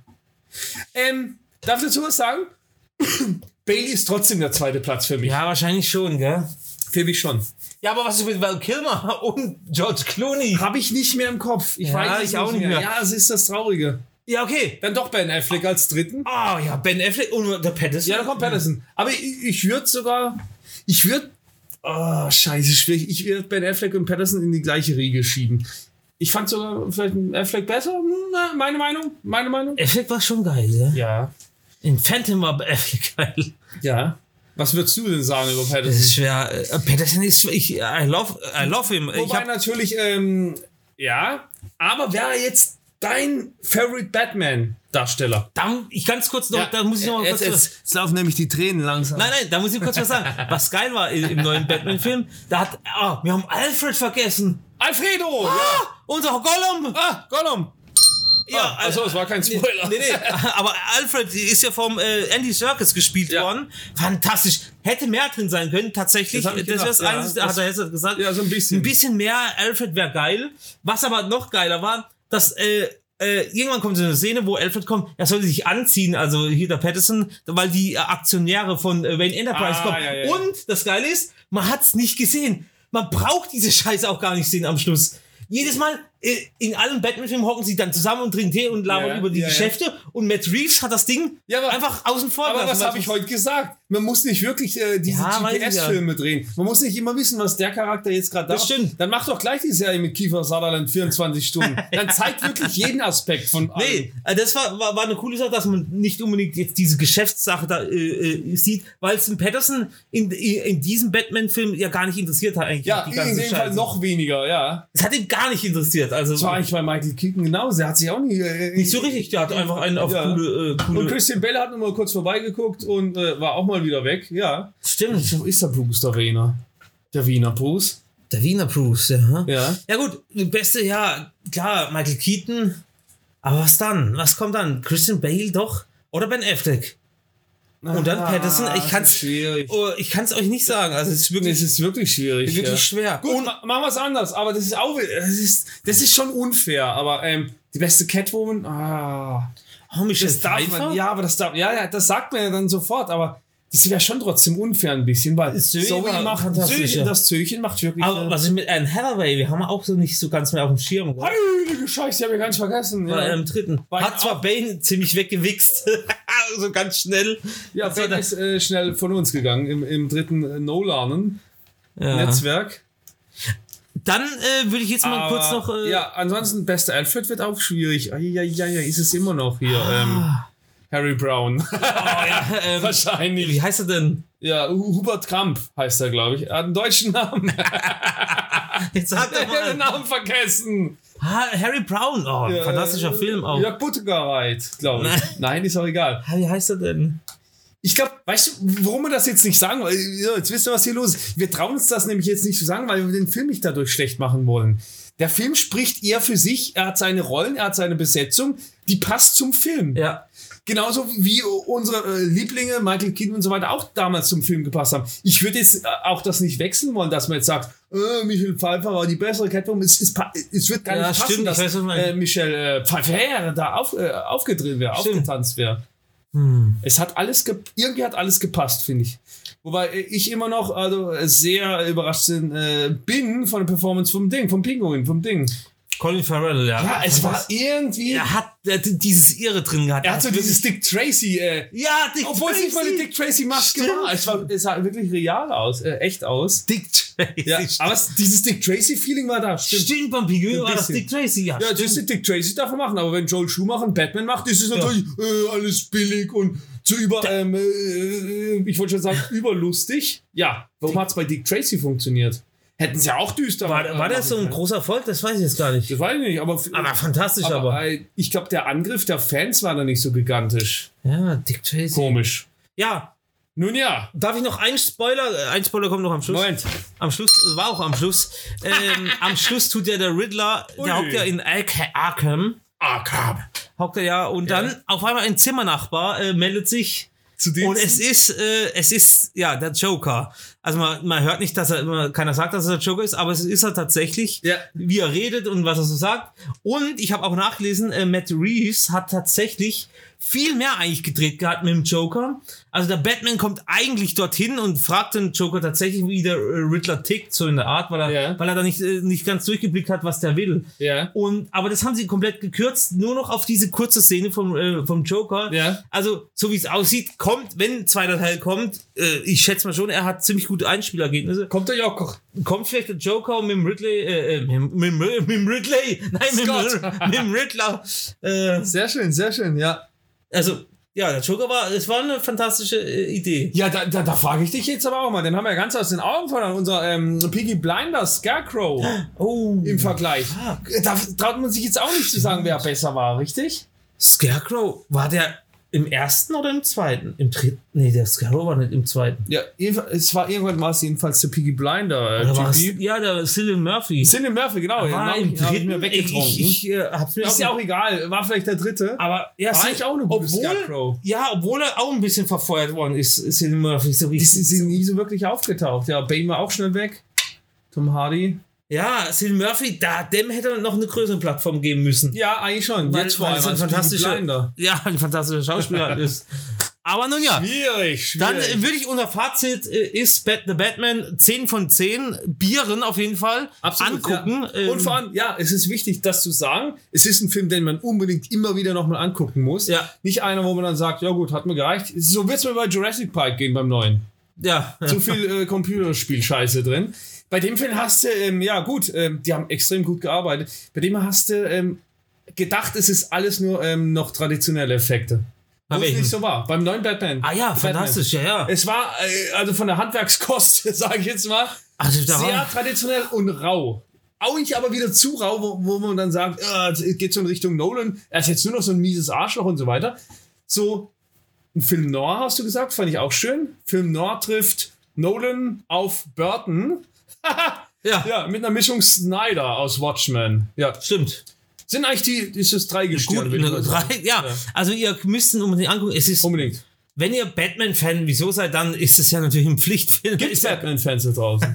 Speaker 2: Ähm, darf ich dazu was sagen? Bailey ist trotzdem der zweite Platz für mich.
Speaker 1: ja, wahrscheinlich schon, gell?
Speaker 2: Für mich schon.
Speaker 1: Ja, aber was ist mit Val Kilmer und George Clooney?
Speaker 2: Habe ich nicht mehr im Kopf. Ich
Speaker 1: Ja,
Speaker 2: weiß es
Speaker 1: ich auch nicht mehr.
Speaker 2: Ja, es ist das Traurige.
Speaker 1: Ja, okay.
Speaker 2: Dann doch Ben Affleck als dritten.
Speaker 1: Ah, ja, Ben Affleck und der Patterson.
Speaker 2: Ja, dann kommt Patterson. Aber ich, ich würde sogar, ich würde, oh, scheiße, schwierig. Ich würde Ben Affleck und Patterson in die gleiche Riege schieben. Ich fand sogar vielleicht einen Affleck besser. Hm, na, Meine Meinung, meine Meinung.
Speaker 1: Affleck war schon geil, ja?
Speaker 2: Ja,
Speaker 1: In Phantom war Affleck geil.
Speaker 2: ja. Was würdest du denn sagen über
Speaker 1: Das
Speaker 2: Patterson?
Speaker 1: ist schwer. Äh, Patterson ist, ich, I love, I love him. Äh, Ich
Speaker 2: Wobei
Speaker 1: hab,
Speaker 2: natürlich, ähm, ja, aber wer jetzt dein Favorite Batman-Darsteller?
Speaker 1: da, ich ganz kurz noch, da muss ich noch mal kurz was.
Speaker 2: Äh, es laufen nämlich die Tränen langsam.
Speaker 1: Nein, nein, da muss ich kurz was sagen. Was geil war im im neuen Batman-Film, da hat, ah, wir haben Alfred vergessen.
Speaker 2: Alfredo!
Speaker 1: Ah,
Speaker 2: Ja.
Speaker 1: unser Gollum.
Speaker 2: Ah, Gollum!
Speaker 1: Ja, also,
Speaker 2: achso, es war kein Spoiler.
Speaker 1: Nee, nee, aber Alfred ist ja vom äh, Andy Serkis gespielt
Speaker 2: Ja.
Speaker 1: worden. Fantastisch. Hätte mehr drin sein können, tatsächlich. Das,
Speaker 2: Das hab ich
Speaker 1: wäre das
Speaker 2: gedacht, ja.
Speaker 1: Einzige, hat er jetzt gesagt.
Speaker 2: Ja, so ein bisschen.
Speaker 1: Ein bisschen mehr Alfred wäre geil. Was aber noch geiler war, dass äh, äh, irgendwann kommt so eine Szene, wo Alfred kommt, er sollte sich anziehen, also hier der Patterson, weil die äh, Aktionäre von äh, Wayne Enterprise
Speaker 2: Ah,
Speaker 1: kommen.
Speaker 2: ja, ja, ja.
Speaker 1: Und das Geile ist, man hat's nicht gesehen. Man braucht diese Scheiße auch gar nicht sehen am Schluss. Jedes Mal äh, in allen Batman-Filmen hocken sie dann zusammen und trinken Tee und labern
Speaker 2: Ja,
Speaker 1: über die
Speaker 2: ja, ja.
Speaker 1: Geschäfte und Matt Reeves hat das Ding
Speaker 2: Ja, aber-
Speaker 1: einfach außen vor
Speaker 2: Aber was
Speaker 1: gelassen.
Speaker 2: habe ich heute gesagt? Man muss nicht wirklich äh, diese
Speaker 1: Ja, weiß ich ja.
Speaker 2: GPS-Filme drehen. Man muss nicht immer wissen, was der Charakter jetzt gerade darf.
Speaker 1: Das stimmt.
Speaker 2: Dann mach doch gleich die Serie mit Kiefer Sutherland 24 Stunden. Dann zeigt wirklich jeden Aspekt von
Speaker 1: Nee, äh, das war, war, war eine coole Sache, dass man nicht unbedingt jetzt diese Geschäftssache da äh, äh, sieht, weil es den Patterson in, in diesem Batman-Film ja gar nicht interessiert hat eigentlich.
Speaker 2: Ja,
Speaker 1: die
Speaker 2: in
Speaker 1: ganze
Speaker 2: dem Fall
Speaker 1: Scheiße.
Speaker 2: noch weniger, ja.
Speaker 1: Es hat ihn gar nicht interessiert. Also
Speaker 2: Das war eigentlich bei Michael Keaton genauso. Der hat sich auch nie, äh,
Speaker 1: nicht so richtig. Der hat einfach einen auf
Speaker 2: Ja.
Speaker 1: coole, äh,
Speaker 2: Und
Speaker 1: coole.
Speaker 2: Christian Bell hat nur mal kurz vorbeigeguckt und äh, war auch mal wieder weg, ja.
Speaker 1: Stimmt.
Speaker 2: Wo ist der Bruce, der Wiener? Der Wiener Bruce?
Speaker 1: Der Wiener Bruce, ja.
Speaker 2: Ja.
Speaker 1: Ja gut, die beste, ja, klar, Michael Keaton. Aber was dann? Was kommt dann? Christian Bale doch? Oder Ben Affleck? Und dann Patterson, ich
Speaker 2: Ah, das
Speaker 1: kann's-
Speaker 2: ist Schwierig.
Speaker 1: Oh, ich kann es euch nicht sagen. Also es ist wirklich,
Speaker 2: Es ist wirklich schwierig.
Speaker 1: wirklich
Speaker 2: ja.
Speaker 1: schwer.
Speaker 2: Gut, ma machen wir es anders, aber das ist auch, das ist, das ist schon unfair, aber ähm, die beste Catwoman, ah,
Speaker 1: Oh, Michel
Speaker 2: Das darf
Speaker 1: Pfeiffer?
Speaker 2: man, ja, aber das darf, ja, ja, das sagt man ja dann sofort, aber das wäre schon trotzdem unfair ein bisschen, weil
Speaker 1: Zoe
Speaker 2: Zoe
Speaker 1: war
Speaker 2: macht,
Speaker 1: fantastisch,
Speaker 2: Zoe,
Speaker 1: ja.
Speaker 2: das Zöchen macht wirklich.
Speaker 1: Aber
Speaker 2: äh,
Speaker 1: was ist mit Anne Hathaway? Wir haben wir auch so nicht so ganz mehr auf dem Schirm. Oder?
Speaker 2: heilige Scheiße, ich habe ja ganz vergessen.
Speaker 1: Bei
Speaker 2: Ja,
Speaker 1: einem dritten.
Speaker 2: War
Speaker 1: Hat
Speaker 2: ich
Speaker 1: zwar Bane ziemlich weggewichst. so ganz schnell. Also,
Speaker 2: ja
Speaker 1: das war
Speaker 2: Ben
Speaker 1: der-
Speaker 2: ist äh, schnell von uns gegangen im, im dritten äh, No-Lernen-Netzwerk.
Speaker 1: Ja. Dann äh, würde ich jetzt mal kurz noch. Äh,
Speaker 2: ja, ansonsten, beste Alfred wird auch schwierig. Ja, ja, ja, ist es immer noch hier. Ähm, Harry Brown.
Speaker 1: Ah. Oh, ja, ähm,
Speaker 2: Wahrscheinlich.
Speaker 1: Wie heißt er denn?
Speaker 2: Ja, Hu- Hubert Kramp heißt er, glaube ich. Er hat einen deutschen Namen.
Speaker 1: Jetzt hat er
Speaker 2: Ich habe den
Speaker 1: mal.
Speaker 2: Namen vergessen.
Speaker 1: Ha Harry Brown. Oh, ein fantastischer
Speaker 2: Äh,
Speaker 1: Film auch.
Speaker 2: Jörg Buttergereit, glaube
Speaker 1: Nein.
Speaker 2: ich. Nein, ist auch egal.
Speaker 1: Ah, Wie heißt er denn?
Speaker 2: Ich glaube, weißt du, warum wir das jetzt nicht sagen? Weil, ja, Jetzt wisst ihr, was hier los ist. Wir trauen uns das nämlich jetzt nicht zu sagen, weil wir den Film nicht dadurch schlecht machen wollen. Der Film spricht eher für sich. Er hat seine Rollen, er hat seine Besetzung. Die passt zum Film.
Speaker 1: Ja.
Speaker 2: Genauso wie unsere äh, Lieblinge, Michael Keaton und so weiter, auch damals zum Film gepasst haben. Ich würde jetzt äh, auch das nicht wechseln wollen, dass man jetzt sagt, äh, Michel Pfeiffer war die bessere Catwoman. Es, es, pa- es wird gar
Speaker 1: Ja,
Speaker 2: nicht passen,
Speaker 1: stimmt, ich
Speaker 2: dass
Speaker 1: weiß, was du meinst.
Speaker 2: äh, Michel äh, Pfeiffer da auf, äh, aufgedreht wäre,
Speaker 1: Stimmt.
Speaker 2: aufgetanzt wäre.
Speaker 1: Hm.
Speaker 2: Es hat alles, ge irgendwie hat alles gepasst, finde ich. Wobei äh, ich immer noch also, äh, sehr überrascht bin, äh, bin von der Performance vom Ding, vom Pinguin, vom Ding.
Speaker 1: Colin Farrell, ja.
Speaker 2: Ja, es war irgendwie...
Speaker 1: Er hat, er hat dieses Irre drin gehabt.
Speaker 2: Er hat so dieses Dick Tracy... Äh,
Speaker 1: Ja, Dick
Speaker 2: Obwohl es nicht mal eine Dick Tracy Maske
Speaker 1: Stimmt.
Speaker 2: war. Es, war. es sah wirklich real aus, äh, echt aus.
Speaker 1: Dick Tracy.
Speaker 2: Ja, aber es, dieses Dick Tracy Feeling war da. Stimmt.
Speaker 1: Stimmt, beim Pinguin
Speaker 2: Ein
Speaker 1: war das
Speaker 2: bisschen.
Speaker 1: Dick Tracy, ja.
Speaker 2: Ja,
Speaker 1: stimmt.
Speaker 2: das ist Dick Tracy darf man machen, aber wenn Joel Schumacher einen Batman macht, ist es natürlich äh, alles billig und zu über, ähm, äh, äh, ich wollte schon sagen, überlustig. Ja, warum hat es bei Dick Tracy funktioniert? Hätten sie auch düster
Speaker 1: war,
Speaker 2: ma-
Speaker 1: war
Speaker 2: machen
Speaker 1: das so ein
Speaker 2: können.
Speaker 1: großer Erfolg? Das weiß ich jetzt gar nicht.
Speaker 2: Das weiß ich nicht, aber,
Speaker 1: Aber fantastisch, aber.
Speaker 2: äh, ich glaube, der Angriff der Fans war da nicht so gigantisch.
Speaker 1: Ja, Dick Tracy.
Speaker 2: Komisch.
Speaker 1: Ja,
Speaker 2: Nun ja,
Speaker 1: darf ich noch einen Spoiler? äh, Ein Spoiler kommt noch am Schluss.
Speaker 2: Moment.
Speaker 1: Am Schluss, äh, war auch am Schluss. Ähm, am Schluss tut ja der Riddler,
Speaker 2: Ui.
Speaker 1: der hockt ja in Ark- Arkham.
Speaker 2: Arkham.
Speaker 1: Hockt er ja und dann auf einmal ein Zimmernachbar äh, meldet sich.
Speaker 2: Zu Diensten.
Speaker 1: Und es ist, äh, es ist, ja, der Joker. Also man, man hört nicht, dass er immer, keiner sagt, dass er der Joker ist, aber es ist er tatsächlich,
Speaker 2: Ja.
Speaker 1: wie er redet und was er so sagt. Und ich habe auch nachgelesen, äh, Matt Reeves hat tatsächlich viel mehr eigentlich gedreht gehabt mit dem Joker. Also der Batman kommt eigentlich dorthin und fragt den Joker tatsächlich, wie der äh, Riddler tickt, so in der Art, weil er,
Speaker 2: Ja.
Speaker 1: weil er da nicht, äh, nicht ganz durchgeblickt hat, was der will.
Speaker 2: Ja.
Speaker 1: Und, aber das haben sie komplett gekürzt, nur noch auf diese kurze Szene vom, äh, vom Joker.
Speaker 2: Ja.
Speaker 1: Also, so wie es aussieht, kommt, wenn ein zweiter Teil kommt, äh, ich schätze mal schon, er hat ziemlich gute Einspielergebnisse.
Speaker 2: Kommt der Joker.
Speaker 1: Kommt vielleicht der Joker mit dem Ridley, äh, äh, mit, mit, mit dem Ridley, nein, mit, dem-
Speaker 2: Scott.
Speaker 1: mit dem Riddler. Äh,
Speaker 2: Sehr schön, sehr schön, ja.
Speaker 1: also, ja, der Joker war, es war eine fantastische äh, Idee.
Speaker 2: Ja, da, da, da frage ich dich jetzt aber auch mal. Den haben wir ja ganz aus den Augen verloren. Unser ähm, Piggy Blinder Scarecrow
Speaker 1: Oh,
Speaker 2: im Vergleich. Da traut man sich jetzt auch nicht zu sagen, wer besser war, richtig?
Speaker 1: Scarecrow, war der im ersten oder im zweiten? Im dritten? Nee, der Scarecrow war nicht im zweiten.
Speaker 2: Ja, jedenfalls- es war irgendwann war es jedenfalls der Piggy Blinder.
Speaker 1: Oder war
Speaker 2: Äh,
Speaker 1: es,
Speaker 2: Typ.
Speaker 1: ja, der Cillian Murphy.
Speaker 2: Cillian Murphy, genau. Den
Speaker 1: war
Speaker 2: hab
Speaker 1: im
Speaker 2: ich- hab ich
Speaker 1: dritten,
Speaker 2: mir weggetrunken.
Speaker 1: ich, ich, äh, hab's mir
Speaker 2: ist ja auch egal. War vielleicht der dritte.
Speaker 1: Aber ja,
Speaker 2: War eigentlich auch eine gute Scarecrow.
Speaker 1: Ja, obwohl er auch ein bisschen verfeuert worden ist, ist er immer so
Speaker 2: Die
Speaker 1: richtig.
Speaker 2: sind sind nie so wirklich aufgetaucht. Ja, Bane war auch schnell weg. Tom Hardy.
Speaker 1: Ja, Sil Murphy, da, dem hätte er noch eine größere Plattform geben müssen.
Speaker 2: Ja, eigentlich schon.
Speaker 1: Weil-
Speaker 2: Jetzt vor
Speaker 1: weil
Speaker 2: allem
Speaker 1: es ein
Speaker 2: als Piggy
Speaker 1: fantastischer,
Speaker 2: Blinder.
Speaker 1: ja, ein fantastischer Schauspieler halt ist. Aber nun ja,
Speaker 2: Schwierig, schwierig.
Speaker 1: dann äh, würde ich unser Fazit äh, ist Bat The Batman 10 von 10 Bieren auf jeden Fall angucken.
Speaker 2: Ja.
Speaker 1: ähm,
Speaker 2: Und vor allem, ja, es ist wichtig, das zu sagen. Es ist ein Film, den man unbedingt immer wieder nochmal angucken muss.
Speaker 1: Ja.
Speaker 2: Nicht einer, wo man dann sagt, ja gut, hat mir gereicht. So wird's mir bei Jurassic Park gehen beim neuen.
Speaker 1: ja,
Speaker 2: Zu viel äh, Computerspiel-Scheiße drin. Bei dem Film hast du, ähm, ja gut, ähm, die haben extrem gut gearbeitet. Bei dem hast du ähm, gedacht, es ist alles nur ähm, noch traditionelle Effekte.
Speaker 1: Bei
Speaker 2: Wo es
Speaker 1: welchem?
Speaker 2: nicht so war. Beim neuen Batman.
Speaker 1: ah ja,
Speaker 2: Batman.
Speaker 1: fantastisch, ja, ja.
Speaker 2: Es war äh, also von der Handwerkskost, sage ich jetzt mal,
Speaker 1: Also da
Speaker 2: sehr
Speaker 1: war,
Speaker 2: traditionell und rau. Auch nicht aber wieder zu rau, wo, wo man dann sagt, ah, es geht so in Richtung Nolan, er ist jetzt nur noch so ein mieses Arschloch und so weiter. So, ein Film Noir hast du gesagt, fand ich auch schön. Film Noir trifft Nolan auf Burton.
Speaker 1: ja,
Speaker 2: Ja, mit einer Mischung Snyder aus Watchmen. Ja,
Speaker 1: stimmt.
Speaker 2: sind eigentlich die, ist das
Speaker 1: Gut,
Speaker 2: Dreigestirn. würde ich
Speaker 1: ne,
Speaker 2: mal sagen.
Speaker 1: drei, ja.
Speaker 2: Ja.
Speaker 1: also ihr müsst ihn unbedingt angucken. Es ist
Speaker 2: Unbedingt.
Speaker 1: Wenn ihr Batman-Fan wieso seid, dann ist es ja natürlich ein Pflichtfilm.
Speaker 2: Gibt's
Speaker 1: Ist ja,
Speaker 2: Batman-Fans da draußen?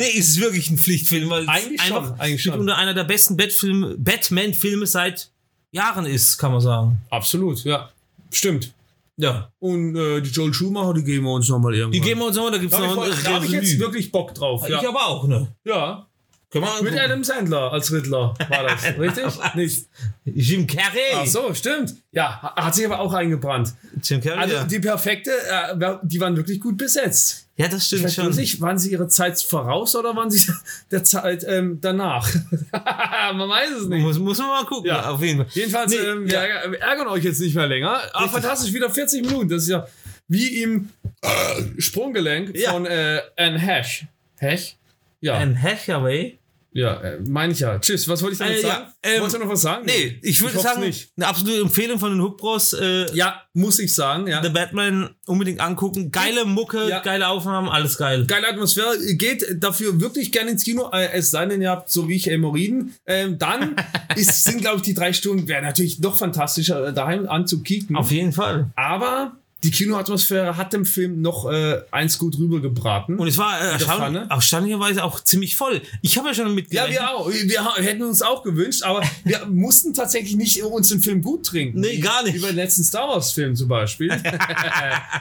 Speaker 1: nee, ist es wirklich ein Pflichtfilm, weil es
Speaker 2: Eigentlich schon,
Speaker 1: einfach
Speaker 2: eigentlich schon.
Speaker 1: unter einer der besten Bat-Film- Batman-Filme seit Jahren ist, kann man sagen.
Speaker 2: Absolut, ja. Stimmt.
Speaker 1: Ja.
Speaker 2: Und äh, die Joel Schumacher, die geben wir uns nochmal irgendwann.
Speaker 1: Die gehen wir uns nochmal, da gibt's
Speaker 2: da
Speaker 1: noch
Speaker 2: habe ich, da hab ich jetzt wirklich Bock drauf.
Speaker 1: Ich
Speaker 2: Ja.
Speaker 1: aber auch, ne?
Speaker 2: ja.
Speaker 1: Können wir
Speaker 2: Mit
Speaker 1: angucken.
Speaker 2: Adam Sandler als Riddler war das, richtig? Nicht.
Speaker 1: Jim Carrey.
Speaker 2: Ach so, stimmt. Ja, ha- hat sich aber auch eingebrannt.
Speaker 1: Jim Carrey.
Speaker 2: Also
Speaker 1: ja.
Speaker 2: die perfekte, äh, die waren wirklich gut besetzt.
Speaker 1: ja, das
Speaker 2: Ich
Speaker 1: stimmt
Speaker 2: weiß bloß
Speaker 1: schon.
Speaker 2: nicht, waren sie ihre Zeit voraus oder waren sie der Zeit ähm, danach? Man weiß es nicht.
Speaker 1: Muss, muss man mal gucken,
Speaker 2: Ja.
Speaker 1: auf jeden Fall.
Speaker 2: Jedenfalls,
Speaker 1: Nee,
Speaker 2: ähm, wir
Speaker 1: ja.
Speaker 2: ärger- wir ärgern euch jetzt nicht mehr länger. Aber fantastisch, wieder 40 Minuten. Das ist ja wie im äh, Sprunggelenk
Speaker 1: Ja.
Speaker 2: von äh, Anne Hash. Hash? Ja,
Speaker 1: Ein Hathaway?
Speaker 2: ja äh, meine ich ja. Tschüss, was wollte ich damit
Speaker 1: Äh, ja,
Speaker 2: sagen?
Speaker 1: ähm,
Speaker 2: Wolltest du noch was sagen?
Speaker 1: Nee, ich würde
Speaker 2: hoff's
Speaker 1: sagen,
Speaker 2: nicht.
Speaker 1: eine absolute Empfehlung von den Hook Bros. Äh,
Speaker 2: Ja, muss ich sagen, ja.
Speaker 1: The Batman unbedingt angucken. Geile Mucke,
Speaker 2: Ja.
Speaker 1: geile Aufnahmen, alles geil.
Speaker 2: Geile Atmosphäre, geht dafür wirklich gerne ins Kino, äh, es sei denn, ihr habt so wie ich Hämorrhoiden. Ähm, dann ist, sind, glaube ich, die drei Stunden, wäre natürlich noch fantastischer, äh, daheim anzukicken.
Speaker 1: Auf jeden Fall.
Speaker 2: Aber die Kinoatmosphäre hat dem Film noch äh, eins gut rübergebraten.
Speaker 1: Und es war äh,
Speaker 2: der
Speaker 1: erstaun
Speaker 2: Pfanne?
Speaker 1: erstaunlicherweise auch ziemlich voll. Ich habe ja schon
Speaker 2: ja,
Speaker 1: mitgerechnet.
Speaker 2: wir auch. Wir ha- hätten uns auch gewünscht, aber wir mussten tatsächlich nicht uns den Film gut trinken.
Speaker 1: Nee, gar nicht.
Speaker 2: Über den letzten Star Wars-Film zum Beispiel.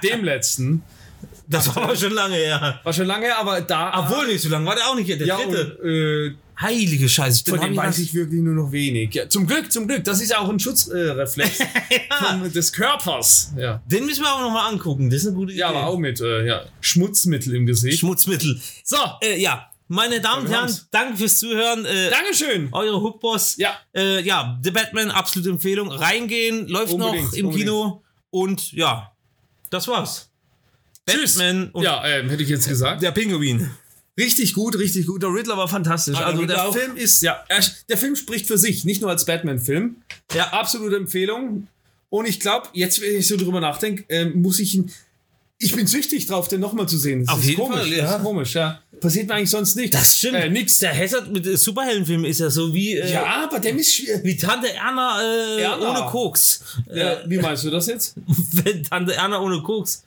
Speaker 2: dem letzten.
Speaker 1: das war aber schon lange her.
Speaker 2: War schon lange, her, aber da.
Speaker 1: Obwohl nicht so lange, war der auch nicht hier, der
Speaker 2: ja, und,
Speaker 1: dritte.
Speaker 2: äh,
Speaker 1: Heilige Scheiße. den
Speaker 2: von
Speaker 1: hab
Speaker 2: dem weiß ich wirklich nur noch wenig. Ja, zum Glück, zum Glück. Das ist ja auch ein Schutzreflex äh, Reflex vom- des Körpers. Ja.
Speaker 1: Den müssen wir auch nochmal angucken. Das ist eine gute Idee.
Speaker 2: ja, aber auch mit äh, ja, Schmutzmittel im Gesicht.
Speaker 1: Schmutzmittel.
Speaker 2: So,
Speaker 1: Äh, ja, meine Damen und
Speaker 2: wir
Speaker 1: Herren,
Speaker 2: haben's.
Speaker 1: danke fürs Zuhören. Äh,
Speaker 2: Dankeschön.
Speaker 1: Eure Hookboss.
Speaker 2: Ja.
Speaker 1: Äh, ja, The Batman, absolute Empfehlung. Reingehen, läuft noch
Speaker 2: Unbedingt,
Speaker 1: im Kino. Und ja, das war's.
Speaker 2: Tschüss.
Speaker 1: Batman und
Speaker 2: Ja, ähm, hätte ich jetzt gesagt.
Speaker 1: der Pinguin.
Speaker 2: Richtig gut, richtig gut. Der Riddler war fantastisch.
Speaker 1: Ah, der
Speaker 2: also
Speaker 1: Riddler
Speaker 2: der
Speaker 1: auch.
Speaker 2: Film ist, ja, er, der Film spricht für sich, nicht nur als Batman-Film.
Speaker 1: Ja.
Speaker 2: Absolute Empfehlung. Und ich glaube, jetzt, wenn ich so drüber nachdenke, ähm, muss ich ihn. Ich bin süchtig drauf, den nochmal zu sehen. Das
Speaker 1: Auf
Speaker 2: ist
Speaker 1: jeden
Speaker 2: komisch,
Speaker 1: Fall,
Speaker 2: das
Speaker 1: ja.
Speaker 2: ist komisch, ja. Passiert mir eigentlich sonst nicht.
Speaker 1: Das stimmt.
Speaker 2: Äh, nix.
Speaker 1: Der Hazard mit äh, Superheldenfilmen ist ja so wie, äh,
Speaker 2: Ja, aber dem ist schwierig.
Speaker 1: wie Tante Erna, äh,
Speaker 2: Erna.
Speaker 1: ohne Koks. Äh,
Speaker 2: Ja, Äh, wie meinst du das jetzt?
Speaker 1: Wenn Tante Erna ohne Koks.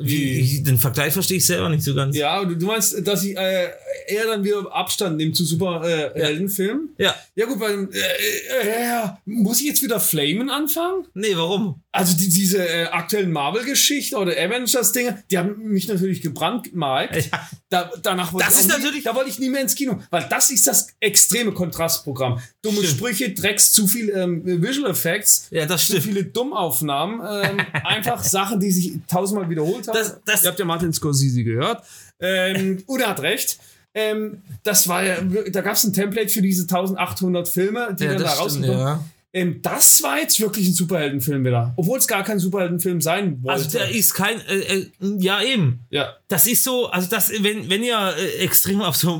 Speaker 1: Wie?
Speaker 2: Wie?
Speaker 1: Ich, den Vergleich verstehe ich selber nicht so ganz.
Speaker 2: Ja, du, du meinst, dass ich äh, eher dann wieder Abstand nehme zu Superheldenfilmen?
Speaker 1: Ja.
Speaker 2: ja. gut, weil äh, äh, äh, muss ich jetzt wieder Flamen anfangen?
Speaker 1: Nee, warum?
Speaker 2: Also die, diese äh, aktuellen Marvel-Geschichten oder Avengers-Dinge, die haben mich natürlich gebrandmarkt.
Speaker 1: Ja.
Speaker 2: Da, danach wollte
Speaker 1: Das
Speaker 2: ich
Speaker 1: ist
Speaker 2: auch nie,
Speaker 1: natürlich-
Speaker 2: da wollte ich nie mehr ins Kino, weil das ist das extreme Kontrastprogramm. Dumme
Speaker 1: Stimmt.
Speaker 2: Sprüche, Drecks, zu viel ähm, Visual Effects,
Speaker 1: Ja, das
Speaker 2: zu
Speaker 1: stimmt.
Speaker 2: viele Dummaufnahmen, ähm, einfach Sachen, die sich tausendmal wiederholt haben.
Speaker 1: Das- das-
Speaker 2: Ihr habt ja Martin Scorsese gehört. Ähm, und er hat recht. Ähm, das war ja, wir- da gab es ein Template für diese 1800 Filme, die
Speaker 1: Ja,
Speaker 2: dann da
Speaker 1: das stimmt,
Speaker 2: rausgekommen
Speaker 1: ja.
Speaker 2: ähm, das war jetzt wirklich ein Superheldenfilm wieder. Obwohl es gar kein Superheldenfilm sein wollte.
Speaker 1: Also da ist kein, äh, äh, ja eben.
Speaker 2: ja.
Speaker 1: Das ist so, also das, wenn, wenn ihr äh, extrem auf so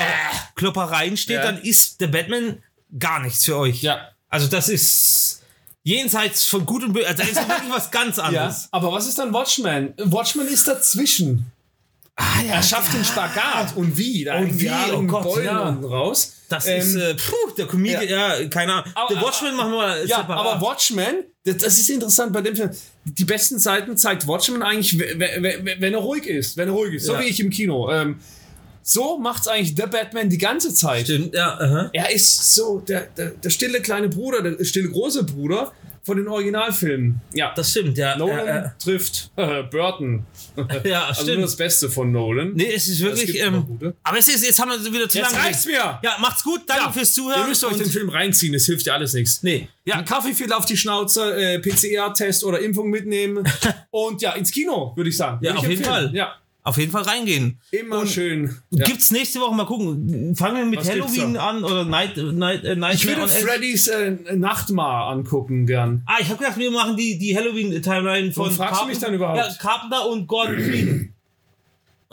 Speaker 1: Marvel-Kloppereien steht,
Speaker 2: Ja.
Speaker 1: dann ist der Batman gar nichts für euch.
Speaker 2: Ja.
Speaker 1: Also das ist jenseits von gut und böse, also da ist wirklich was ganz
Speaker 2: ja.
Speaker 1: anderes.
Speaker 2: Aber was ist dann Watchmen? Watchmen ist dazwischen.
Speaker 1: Ah, ja.
Speaker 2: Er schafft den Spagat. Und wie? Da
Speaker 1: Und wie?
Speaker 2: Ja,
Speaker 1: Oh
Speaker 2: und
Speaker 1: Gott,
Speaker 2: Beulen
Speaker 1: ja.
Speaker 2: unten raus.
Speaker 1: Das
Speaker 2: Ähm,
Speaker 1: ist, äh, puh, der Comedian, ja, keine Ahnung.
Speaker 2: Aber- äh,
Speaker 1: Der Watchmen machen wir
Speaker 2: ja,
Speaker 1: separat.
Speaker 2: aber Watchmen, das, das ist interessant bei dem Film. Die besten Seiten zeigt Watchmen eigentlich, we- we- we- wenn er ruhig ist. Wenn er ruhig ist. So
Speaker 1: Ja.
Speaker 2: wie ich im Kino. Ähm, so macht's eigentlich der Batman die ganze Zeit.
Speaker 1: Stimmt, ja, aha.
Speaker 2: Er ist so der, der, der stille kleine Bruder, der stille große Bruder von den Originalfilmen. Ja,
Speaker 1: Das stimmt, ja.
Speaker 2: Nolan
Speaker 1: äh,
Speaker 2: trifft äh, Burton.
Speaker 1: äh, ja,
Speaker 2: Also nur
Speaker 1: stimmt.
Speaker 2: das Beste von Nolan.
Speaker 1: Nee, es ist wirklich,
Speaker 2: gibt noch
Speaker 1: ähm,
Speaker 2: gute.
Speaker 1: aber es ist, jetzt haben wir wieder zu
Speaker 2: Jetzt
Speaker 1: lange.
Speaker 2: reicht's mir!
Speaker 1: Ja, macht's gut, danke fürs Zuhören.
Speaker 2: Ihr müsst euch
Speaker 1: und-
Speaker 2: den Film reinziehen, das hilft ja alles nichts.
Speaker 1: Nee.
Speaker 2: Ja, Kaffee viel auf die Schnauze, äh, PCR-Test oder Impfung mitnehmen und ja, ins Kino, würde ich sagen.
Speaker 1: Ja,
Speaker 2: Würde
Speaker 1: auf
Speaker 2: ich
Speaker 1: jeden
Speaker 2: empfehlen.
Speaker 1: Fall.
Speaker 2: Ja,
Speaker 1: Auf jeden Fall reingehen.
Speaker 2: immer schön. Ja.
Speaker 1: Gibt's nächste Woche mal gucken. Fangen wir mit
Speaker 2: Was gibt's
Speaker 1: Halloween an oder Night, Night, äh, Night
Speaker 2: Ich würde Freddys äh, Nachtmar angucken gern.
Speaker 1: Ah, ich habe gedacht, wir machen die, die Halloween-Timeline von.
Speaker 2: Warum fragst du mich dann überhaupt?
Speaker 1: Ja, Carpenter und Gordon Green.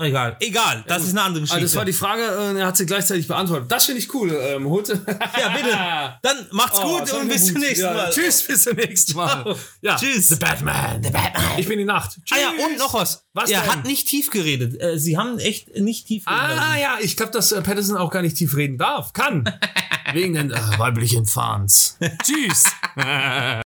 Speaker 1: Egal, egal, das ist eine andere Geschichte.
Speaker 2: Also das war die Frage, äh, er hat sie gleichzeitig beantwortet. Das finde ich cool, ähm, Hut.
Speaker 1: ja, bitte. Dann macht's
Speaker 2: Oh,
Speaker 1: gut
Speaker 2: das
Speaker 1: und
Speaker 2: war
Speaker 1: bis zum
Speaker 2: gut.
Speaker 1: nächsten
Speaker 2: Ja,
Speaker 1: Mal.
Speaker 2: Tschüss, bis zum nächsten Mal. Ja,
Speaker 1: Tschüss. The Batman, The Batman.
Speaker 2: ich bin die Nacht.
Speaker 1: Ah
Speaker 2: Tschüss.
Speaker 1: ja, und noch was.
Speaker 2: Was
Speaker 1: er
Speaker 2: denn?
Speaker 1: hat nicht tief geredet. Äh, Sie haben echt nicht tief geredet.
Speaker 2: Ah ja, ich glaube, dass äh, Patterson auch gar nicht tief reden darf. Kann. Wegen den äh, weiblichen Fans. Tschüss.